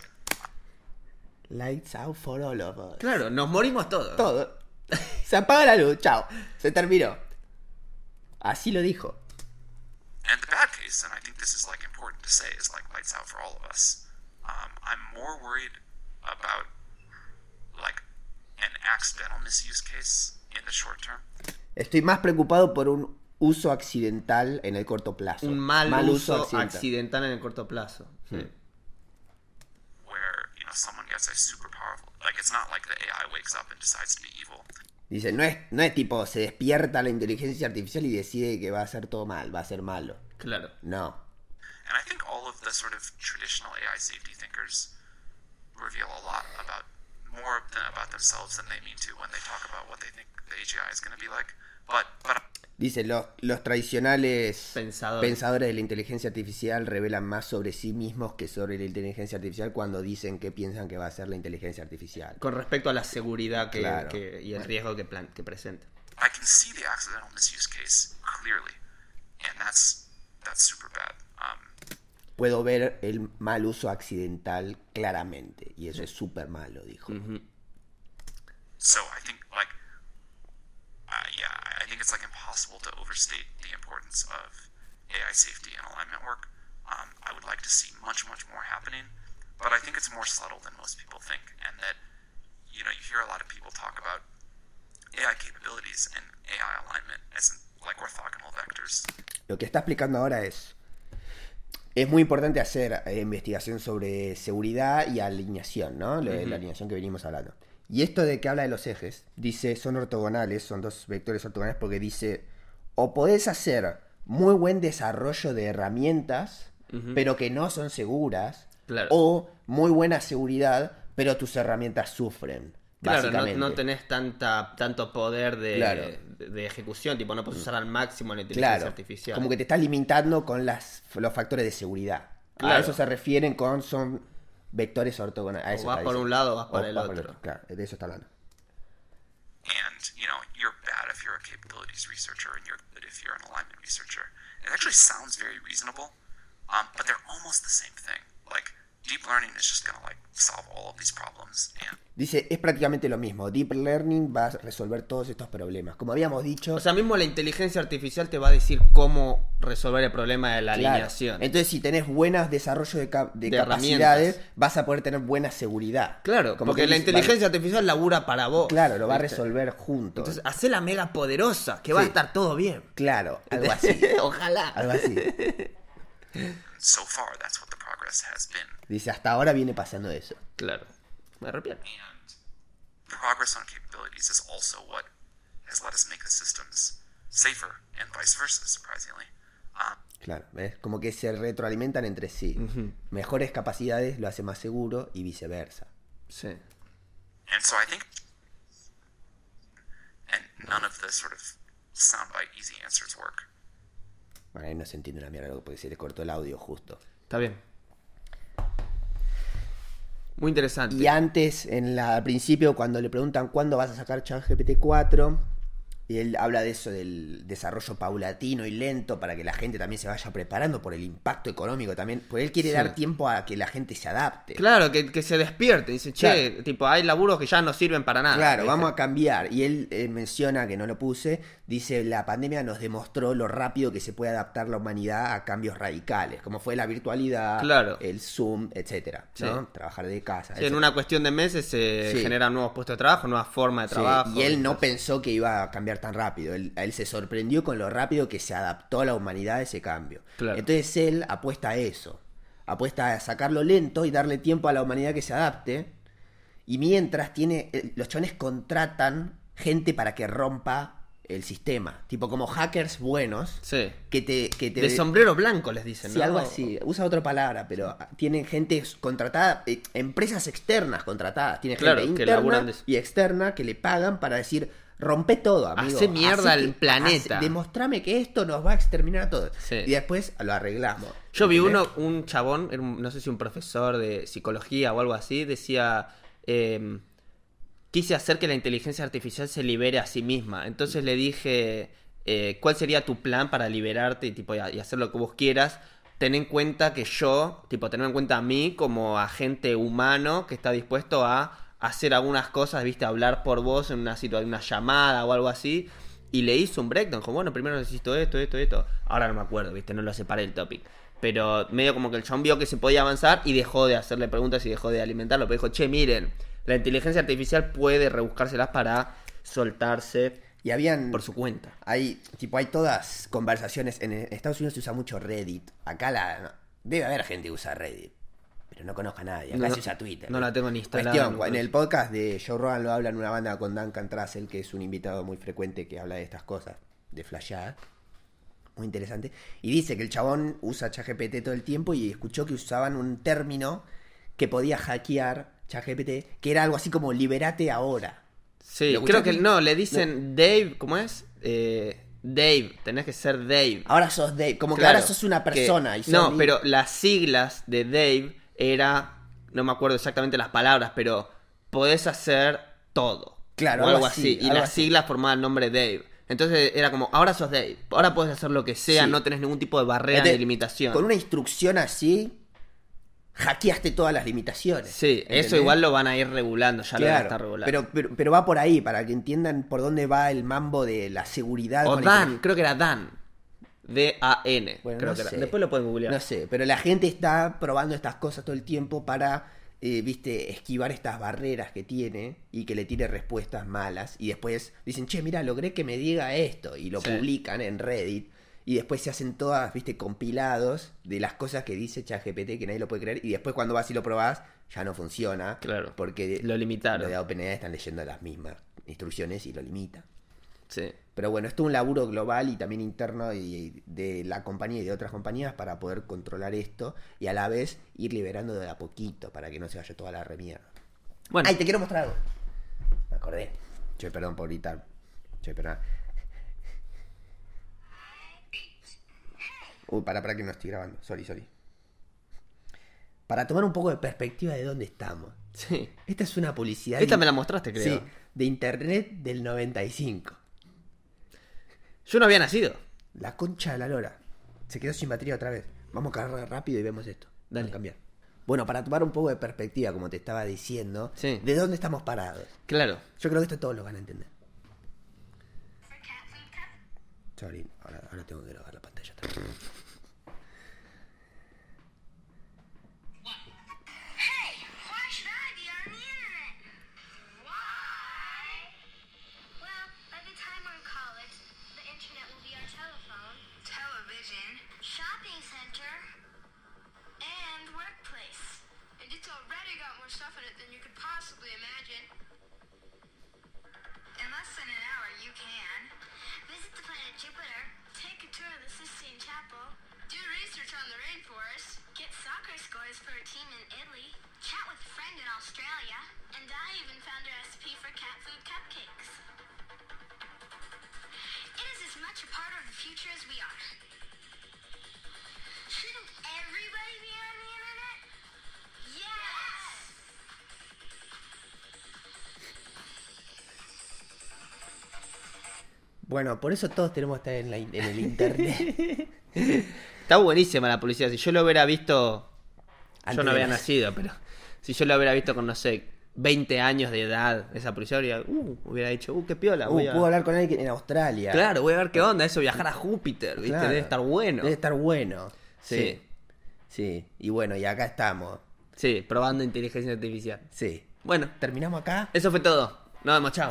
[SPEAKER 1] Lights out for all of us.
[SPEAKER 2] Claro, nos morimos todos.
[SPEAKER 1] Todo. Se apaga la luz, chao. Se terminó. Así lo dijo.
[SPEAKER 7] And the bad case, and I think this is like important to say, is like lights out for all of us. Um, I'm more worried about like an accidental misuse case in the short term.
[SPEAKER 1] Estoy más preocupado por un uso accidental en el corto plazo.
[SPEAKER 2] Un mal, uso accidental en el corto plazo. Sí.
[SPEAKER 7] Where you know someone gets a super powerful, like it's not like the AI wakes up and decides to be evil.
[SPEAKER 1] Dice, no es, no es tipo, se despierta la inteligencia artificial y decide que va a ser todo mal, va a ser malo.
[SPEAKER 2] Claro.
[SPEAKER 1] No.
[SPEAKER 7] And I think all of the sort of traditional AI safety thinkers reveal a lot about more than about themselves than they mean to when they talk about what they think the AGI is going to be like. But but
[SPEAKER 1] Dice, los, los tradicionales
[SPEAKER 2] Pensadores.
[SPEAKER 1] de la inteligencia artificial revelan más sobre sí mismos que sobre la inteligencia artificial cuando dicen que piensan que va a ser la inteligencia artificial.
[SPEAKER 2] Con respecto a la seguridad que,
[SPEAKER 1] Claro.
[SPEAKER 2] que- y el riesgo que, plan- que presenta.
[SPEAKER 7] I can see the accidental misuse case clearly, and that's that's super bad. Um,
[SPEAKER 1] Puedo ver el mal uso accidental claramente, y eso es súper malo, dijo.
[SPEAKER 7] so I think like uh, yeah, I I think it's like impossible to overstate the importance of AI safety and alignment work. Um, I would like to see much much more happening, but I think it's more subtle than most people think, and that you know you hear a lot of people talk about AI capabilities and AI alignment as like orthogonal vectors
[SPEAKER 1] Lo que está explicando ahora es. Es muy importante hacer eh, investigación sobre seguridad y alineación, ¿no? Lo de La alineación que venimos hablando. Y esto de que habla de los ejes, dice, son ortogonales, son dos vectores ortogonales, porque dice, o podés hacer muy buen desarrollo de herramientas, pero que no son seguras,
[SPEAKER 2] Claro.
[SPEAKER 1] o muy buena seguridad, pero tus herramientas sufren.
[SPEAKER 2] Claro, no,
[SPEAKER 1] básicamente.
[SPEAKER 2] no tenés tanta, tanto poder de,
[SPEAKER 1] Claro.
[SPEAKER 2] de, de ejecución, tipo, no puedes usar al máximo la inteligencia
[SPEAKER 1] Claro,
[SPEAKER 2] artificial.
[SPEAKER 1] como que te estás limitando con las, los factores de seguridad. A
[SPEAKER 2] Claro.
[SPEAKER 1] eso se refieren con son vectores ortogonales. A
[SPEAKER 2] O
[SPEAKER 1] eso
[SPEAKER 2] vas
[SPEAKER 1] está
[SPEAKER 2] por
[SPEAKER 1] diciendo.
[SPEAKER 2] un lado o vas
[SPEAKER 1] O
[SPEAKER 2] para el
[SPEAKER 1] vas
[SPEAKER 2] otro.
[SPEAKER 1] Claro, de eso está hablando.
[SPEAKER 7] and you know you're bad if you're a capabilities researcher and you're good if you're an alignment researcher it actually sounds very reasonable um, but they're almost the same thing like deep learning is just gonna like solve all of these problems and
[SPEAKER 1] Dice, es prácticamente lo mismo. Deep Learning va a resolver todos estos problemas. Como habíamos dicho,
[SPEAKER 2] O sea, mismo la inteligencia artificial te va a decir cómo resolver el problema de la
[SPEAKER 1] claro.
[SPEAKER 2] alineación.
[SPEAKER 1] Entonces, si tenés buenos desarrollos de, cap- de
[SPEAKER 2] De
[SPEAKER 1] capacidades,
[SPEAKER 2] herramientas.
[SPEAKER 1] vas a poder tener buena seguridad.
[SPEAKER 2] Claro,
[SPEAKER 1] Como
[SPEAKER 2] porque
[SPEAKER 1] que
[SPEAKER 2] la
[SPEAKER 1] dice,
[SPEAKER 2] inteligencia artificial labura para vos.
[SPEAKER 1] va- claro, lo va a
[SPEAKER 2] ¿viste?
[SPEAKER 1] resolver juntos.
[SPEAKER 2] Entonces, hacela mega poderosa, que va a
[SPEAKER 1] Sí.
[SPEAKER 2] estar todo bien.
[SPEAKER 1] claro, algo así.
[SPEAKER 2] Ojalá.
[SPEAKER 1] algo así.
[SPEAKER 7] so far that's what the progress has been
[SPEAKER 1] Dice, hasta ahora viene pasando eso.
[SPEAKER 2] Claro. Me arrepiento.
[SPEAKER 7] and progress on capabilities is also what has let us make the systems safer and vice versa surprisingly um,
[SPEAKER 1] Claro, ¿ves? Como que se retroalimentan entre sí. Mejores capacidades lo hace más seguro y viceversa.
[SPEAKER 2] Sí.
[SPEAKER 7] And so I think, and none of the sort of soundbite easy answers work.
[SPEAKER 1] Bueno, ahí no se entiende una mierda lo que porque se le cortó el audio justo.
[SPEAKER 2] Está bien. Muy interesante.
[SPEAKER 1] Y antes, en la, al principio, cuando le preguntan cuándo vas a sacar ChatGPT 4, y él habla de eso, del desarrollo paulatino y lento para que la gente también se vaya preparando por el impacto económico también. Porque él quiere
[SPEAKER 2] Sí.
[SPEAKER 1] dar tiempo a que la gente se adapte.
[SPEAKER 2] Claro, que, que se despierte. Dice, che,
[SPEAKER 1] Claro.
[SPEAKER 2] tipo, hay laburos que ya no sirven para nada.
[SPEAKER 1] Claro,
[SPEAKER 2] ¿viste?
[SPEAKER 1] vamos a cambiar. Y él eh, menciona que no lo puse. Dice, la pandemia nos demostró lo rápido que se puede adaptar la humanidad a cambios radicales, como fue la virtualidad,
[SPEAKER 2] Claro.
[SPEAKER 1] el Zoom, etcétera. ¿no?
[SPEAKER 2] Sí.
[SPEAKER 1] Trabajar de casa.
[SPEAKER 2] Sí, en
[SPEAKER 1] etcétera.
[SPEAKER 2] una cuestión de meses se
[SPEAKER 1] Sí.
[SPEAKER 2] generan nuevos puestos de trabajo, nuevas formas de
[SPEAKER 1] Sí,
[SPEAKER 2] trabajo.
[SPEAKER 1] y él no pensó que iba a cambiar tan rápido. Él, él se sorprendió con lo rápido que se adaptó a la humanidad a ese cambio.
[SPEAKER 2] Claro.
[SPEAKER 1] Entonces él apuesta a eso. Apuesta a sacarlo lento y darle tiempo a la humanidad que se adapte. Y mientras tiene. eh, Los chones contratan gente para que rompa el sistema. Tipo como hackers buenos.
[SPEAKER 2] Sí.
[SPEAKER 1] Que te. Que te
[SPEAKER 2] De sombrero blanco les dicen,
[SPEAKER 1] Sí,
[SPEAKER 2] ¿no?
[SPEAKER 1] algo así. Usa otra palabra, pero tienen gente contratada, eh, empresas externas contratadas. Tienen
[SPEAKER 2] Claro, que
[SPEAKER 1] gente
[SPEAKER 2] laburan
[SPEAKER 1] interna
[SPEAKER 2] de eso.
[SPEAKER 1] y externa que le pagan para decir, rompe todo, amigo.
[SPEAKER 2] Hacé mierda
[SPEAKER 1] Hacé
[SPEAKER 2] al
[SPEAKER 1] que-
[SPEAKER 2] planeta".
[SPEAKER 1] hace- demostrame que esto nos va a exterminar a todos.
[SPEAKER 2] Sí.
[SPEAKER 1] Y después lo arreglamos.
[SPEAKER 2] Yo vi
[SPEAKER 1] ¿entendés?
[SPEAKER 2] uno, un chabón, era un- no sé si un profesor de psicología o algo así, decía, em, quise hacer que la inteligencia artificial se libere a sí misma. Entonces le dije, eh, ¿cuál sería tu plan para liberarte y, tipo, y y hacer lo que vos quieras? Ten en cuenta que yo, tipo, tener en cuenta a mí como agente humano que está dispuesto a hacer algunas cosas, viste, hablar por vos en una situación, una llamada o algo así. Y le hizo un breakdown, como bueno, primero necesito esto, esto, esto. Ahora no me acuerdo, viste, no lo separé el topic. Pero medio como que el chabón vio que se podía avanzar y dejó de hacerle preguntas y dejó de alimentarlo. Pero dijo, che, miren, la inteligencia artificial puede rebuscárselas para soltarse
[SPEAKER 1] Y habían.
[SPEAKER 2] por su cuenta.
[SPEAKER 1] Hay, tipo, hay todas conversaciones. En Estados Unidos se usa mucho Reddit. Acá la. no, debe haber gente que usa Reddit. Pero no conozco a nadie. Acá
[SPEAKER 2] No,
[SPEAKER 1] se usa Twitter.
[SPEAKER 2] no la tengo ni instalada,
[SPEAKER 1] Cuestión,
[SPEAKER 2] no,
[SPEAKER 1] en el podcast de Joe Rogan lo habla en una banda con Duncan Trussell, que es un invitado muy frecuente que habla de estas cosas, de flashear. Muy interesante. Y dice que el chabón usa ChatGPT todo el tiempo y escuchó que usaban un término que podía hackear ChatGPT, que era algo así como liberate ahora.
[SPEAKER 2] Sí,
[SPEAKER 1] ¿Lo
[SPEAKER 2] creo
[SPEAKER 1] escuchaste?
[SPEAKER 2] que no, le dicen Dave, ¿cómo es? Eh, Dave, tenés que ser Dave.
[SPEAKER 1] Ahora sos Dave, Ah, como que
[SPEAKER 2] Claro,
[SPEAKER 1] ahora sos una
[SPEAKER 2] que-
[SPEAKER 1] persona. y sos
[SPEAKER 2] no,
[SPEAKER 1] libre.
[SPEAKER 2] pero las siglas de Dave era, no me acuerdo exactamente las palabras, pero podés hacer todo.
[SPEAKER 1] Claro,
[SPEAKER 2] o
[SPEAKER 1] algo
[SPEAKER 2] algo así.
[SPEAKER 1] así,
[SPEAKER 2] Y
[SPEAKER 1] algo
[SPEAKER 2] las
[SPEAKER 1] así.
[SPEAKER 2] siglas formaban el nombre Dave. Entonces era como, ahora sos Dave, ahora podés hacer lo que sea,
[SPEAKER 1] Sí.
[SPEAKER 2] no tenés ningún tipo de barrera
[SPEAKER 1] Este,
[SPEAKER 2] ni limitación.
[SPEAKER 1] Con una instrucción así, hackeaste todas las limitaciones.
[SPEAKER 2] Sí, eso
[SPEAKER 1] ¿entendés?
[SPEAKER 2] igual lo van a ir regulando, ya lo van a
[SPEAKER 1] Claro,
[SPEAKER 2] estar regulando.
[SPEAKER 1] pero, pero, pero va por ahí, para que entiendan por dónde va el mambo de la seguridad.
[SPEAKER 2] o
[SPEAKER 1] con
[SPEAKER 2] Dan,
[SPEAKER 1] inteligencia.
[SPEAKER 2] creo que era Dan. D-A-N.
[SPEAKER 1] Bueno,
[SPEAKER 2] creo
[SPEAKER 1] no
[SPEAKER 2] que era.
[SPEAKER 1] sé.
[SPEAKER 2] Después lo pueden googlear.
[SPEAKER 1] No sé, pero la gente está probando estas cosas todo el tiempo para, eh, viste, esquivar estas barreras que tiene y que le tire respuestas malas. Y después dicen, che, mira, logré que me diga esto. Y lo
[SPEAKER 2] Sí.
[SPEAKER 1] publican en Reddit. Y después se hacen todas, viste, compilados de las cosas que dice ChatGPT que nadie lo puede creer. Y después cuando vas y lo probás, ya no funciona.
[SPEAKER 2] Claro.
[SPEAKER 1] Porque
[SPEAKER 2] Lo limitaron.
[SPEAKER 1] los de OpenAI están leyendo las mismas instrucciones y lo limitan.
[SPEAKER 2] Sí.
[SPEAKER 1] Pero bueno, esto es un laburo global y también interno y- de la compañía y de otras compañías para poder controlar esto y a la vez ir liberando de a poquito para que no se vaya toda la remierda.
[SPEAKER 2] Bueno,
[SPEAKER 1] ¡Ay, te quiero mostrar algo! Me acordé. Che, perdón por gritar. Che, perdón. Uy, para, para que no estoy grabando. Sorry, sorry. Para tomar un poco de perspectiva de dónde estamos.
[SPEAKER 2] sí.
[SPEAKER 1] Esta es una publicidad.
[SPEAKER 2] Esta
[SPEAKER 1] de-
[SPEAKER 2] me la mostraste, creo.
[SPEAKER 1] Sí, de internet del 95.
[SPEAKER 2] Yo no había nacido.
[SPEAKER 1] La concha de la lora. Se quedó sin batería otra vez. Vamos a cargar rápido y vemos esto.
[SPEAKER 2] Dale.
[SPEAKER 1] Vamos a cambiar. Bueno, para tomar un poco de perspectiva, como te estaba diciendo,
[SPEAKER 2] Sí.
[SPEAKER 1] ¿de dónde estamos parados?
[SPEAKER 2] Claro.
[SPEAKER 1] Yo creo que esto todos lo van a entender.
[SPEAKER 6] For cat food cup?
[SPEAKER 1] Sorry, ahora, ahora tengo que grabar la pantalla. otra vez.
[SPEAKER 6] Hey, why should I be on the internet? Why? Well, by the time we're in college, the internet will be our telephone, television, shopping center, and workplace. And it's already got more stuff in it than you could possibly imagine. In less than an hour, you can visit the planet Jupiter, take a tour of the Sistine Chapel, do research on the rainforest, get soccer scores for a team in Italy, chat with a friend in Australia, and I even found a recipe for cat food cupcakes. It is as much a part of the future as we are. Shouldn't everybody be on the internet? yes.
[SPEAKER 1] Bueno, por eso todos tenemos que estar en, la in- en el internet.
[SPEAKER 2] Está buenísima la publicidad. Si yo lo hubiera visto. yo
[SPEAKER 1] Antes
[SPEAKER 2] no
[SPEAKER 1] de
[SPEAKER 2] había
[SPEAKER 1] nacer.
[SPEAKER 2] nacido, pero. Si yo lo hubiera visto con, no sé, 20 años de edad, esa publicidad, hubiera, uh, hubiera dicho, uh, qué piola.
[SPEAKER 1] Uh,
[SPEAKER 2] voy a-
[SPEAKER 1] puedo hablar con alguien en Australia.
[SPEAKER 2] Claro, voy a ver qué onda eso, viajar a Júpiter, ¿viste?
[SPEAKER 1] Claro.
[SPEAKER 2] Debe estar bueno.
[SPEAKER 1] Debe estar bueno.
[SPEAKER 2] Sí.
[SPEAKER 1] sí. Sí. Y bueno, y acá estamos.
[SPEAKER 2] Sí, probando inteligencia artificial.
[SPEAKER 1] Sí.
[SPEAKER 2] Bueno,
[SPEAKER 1] ¿Terminamos acá?
[SPEAKER 2] eso fue todo. Nos vemos, chao.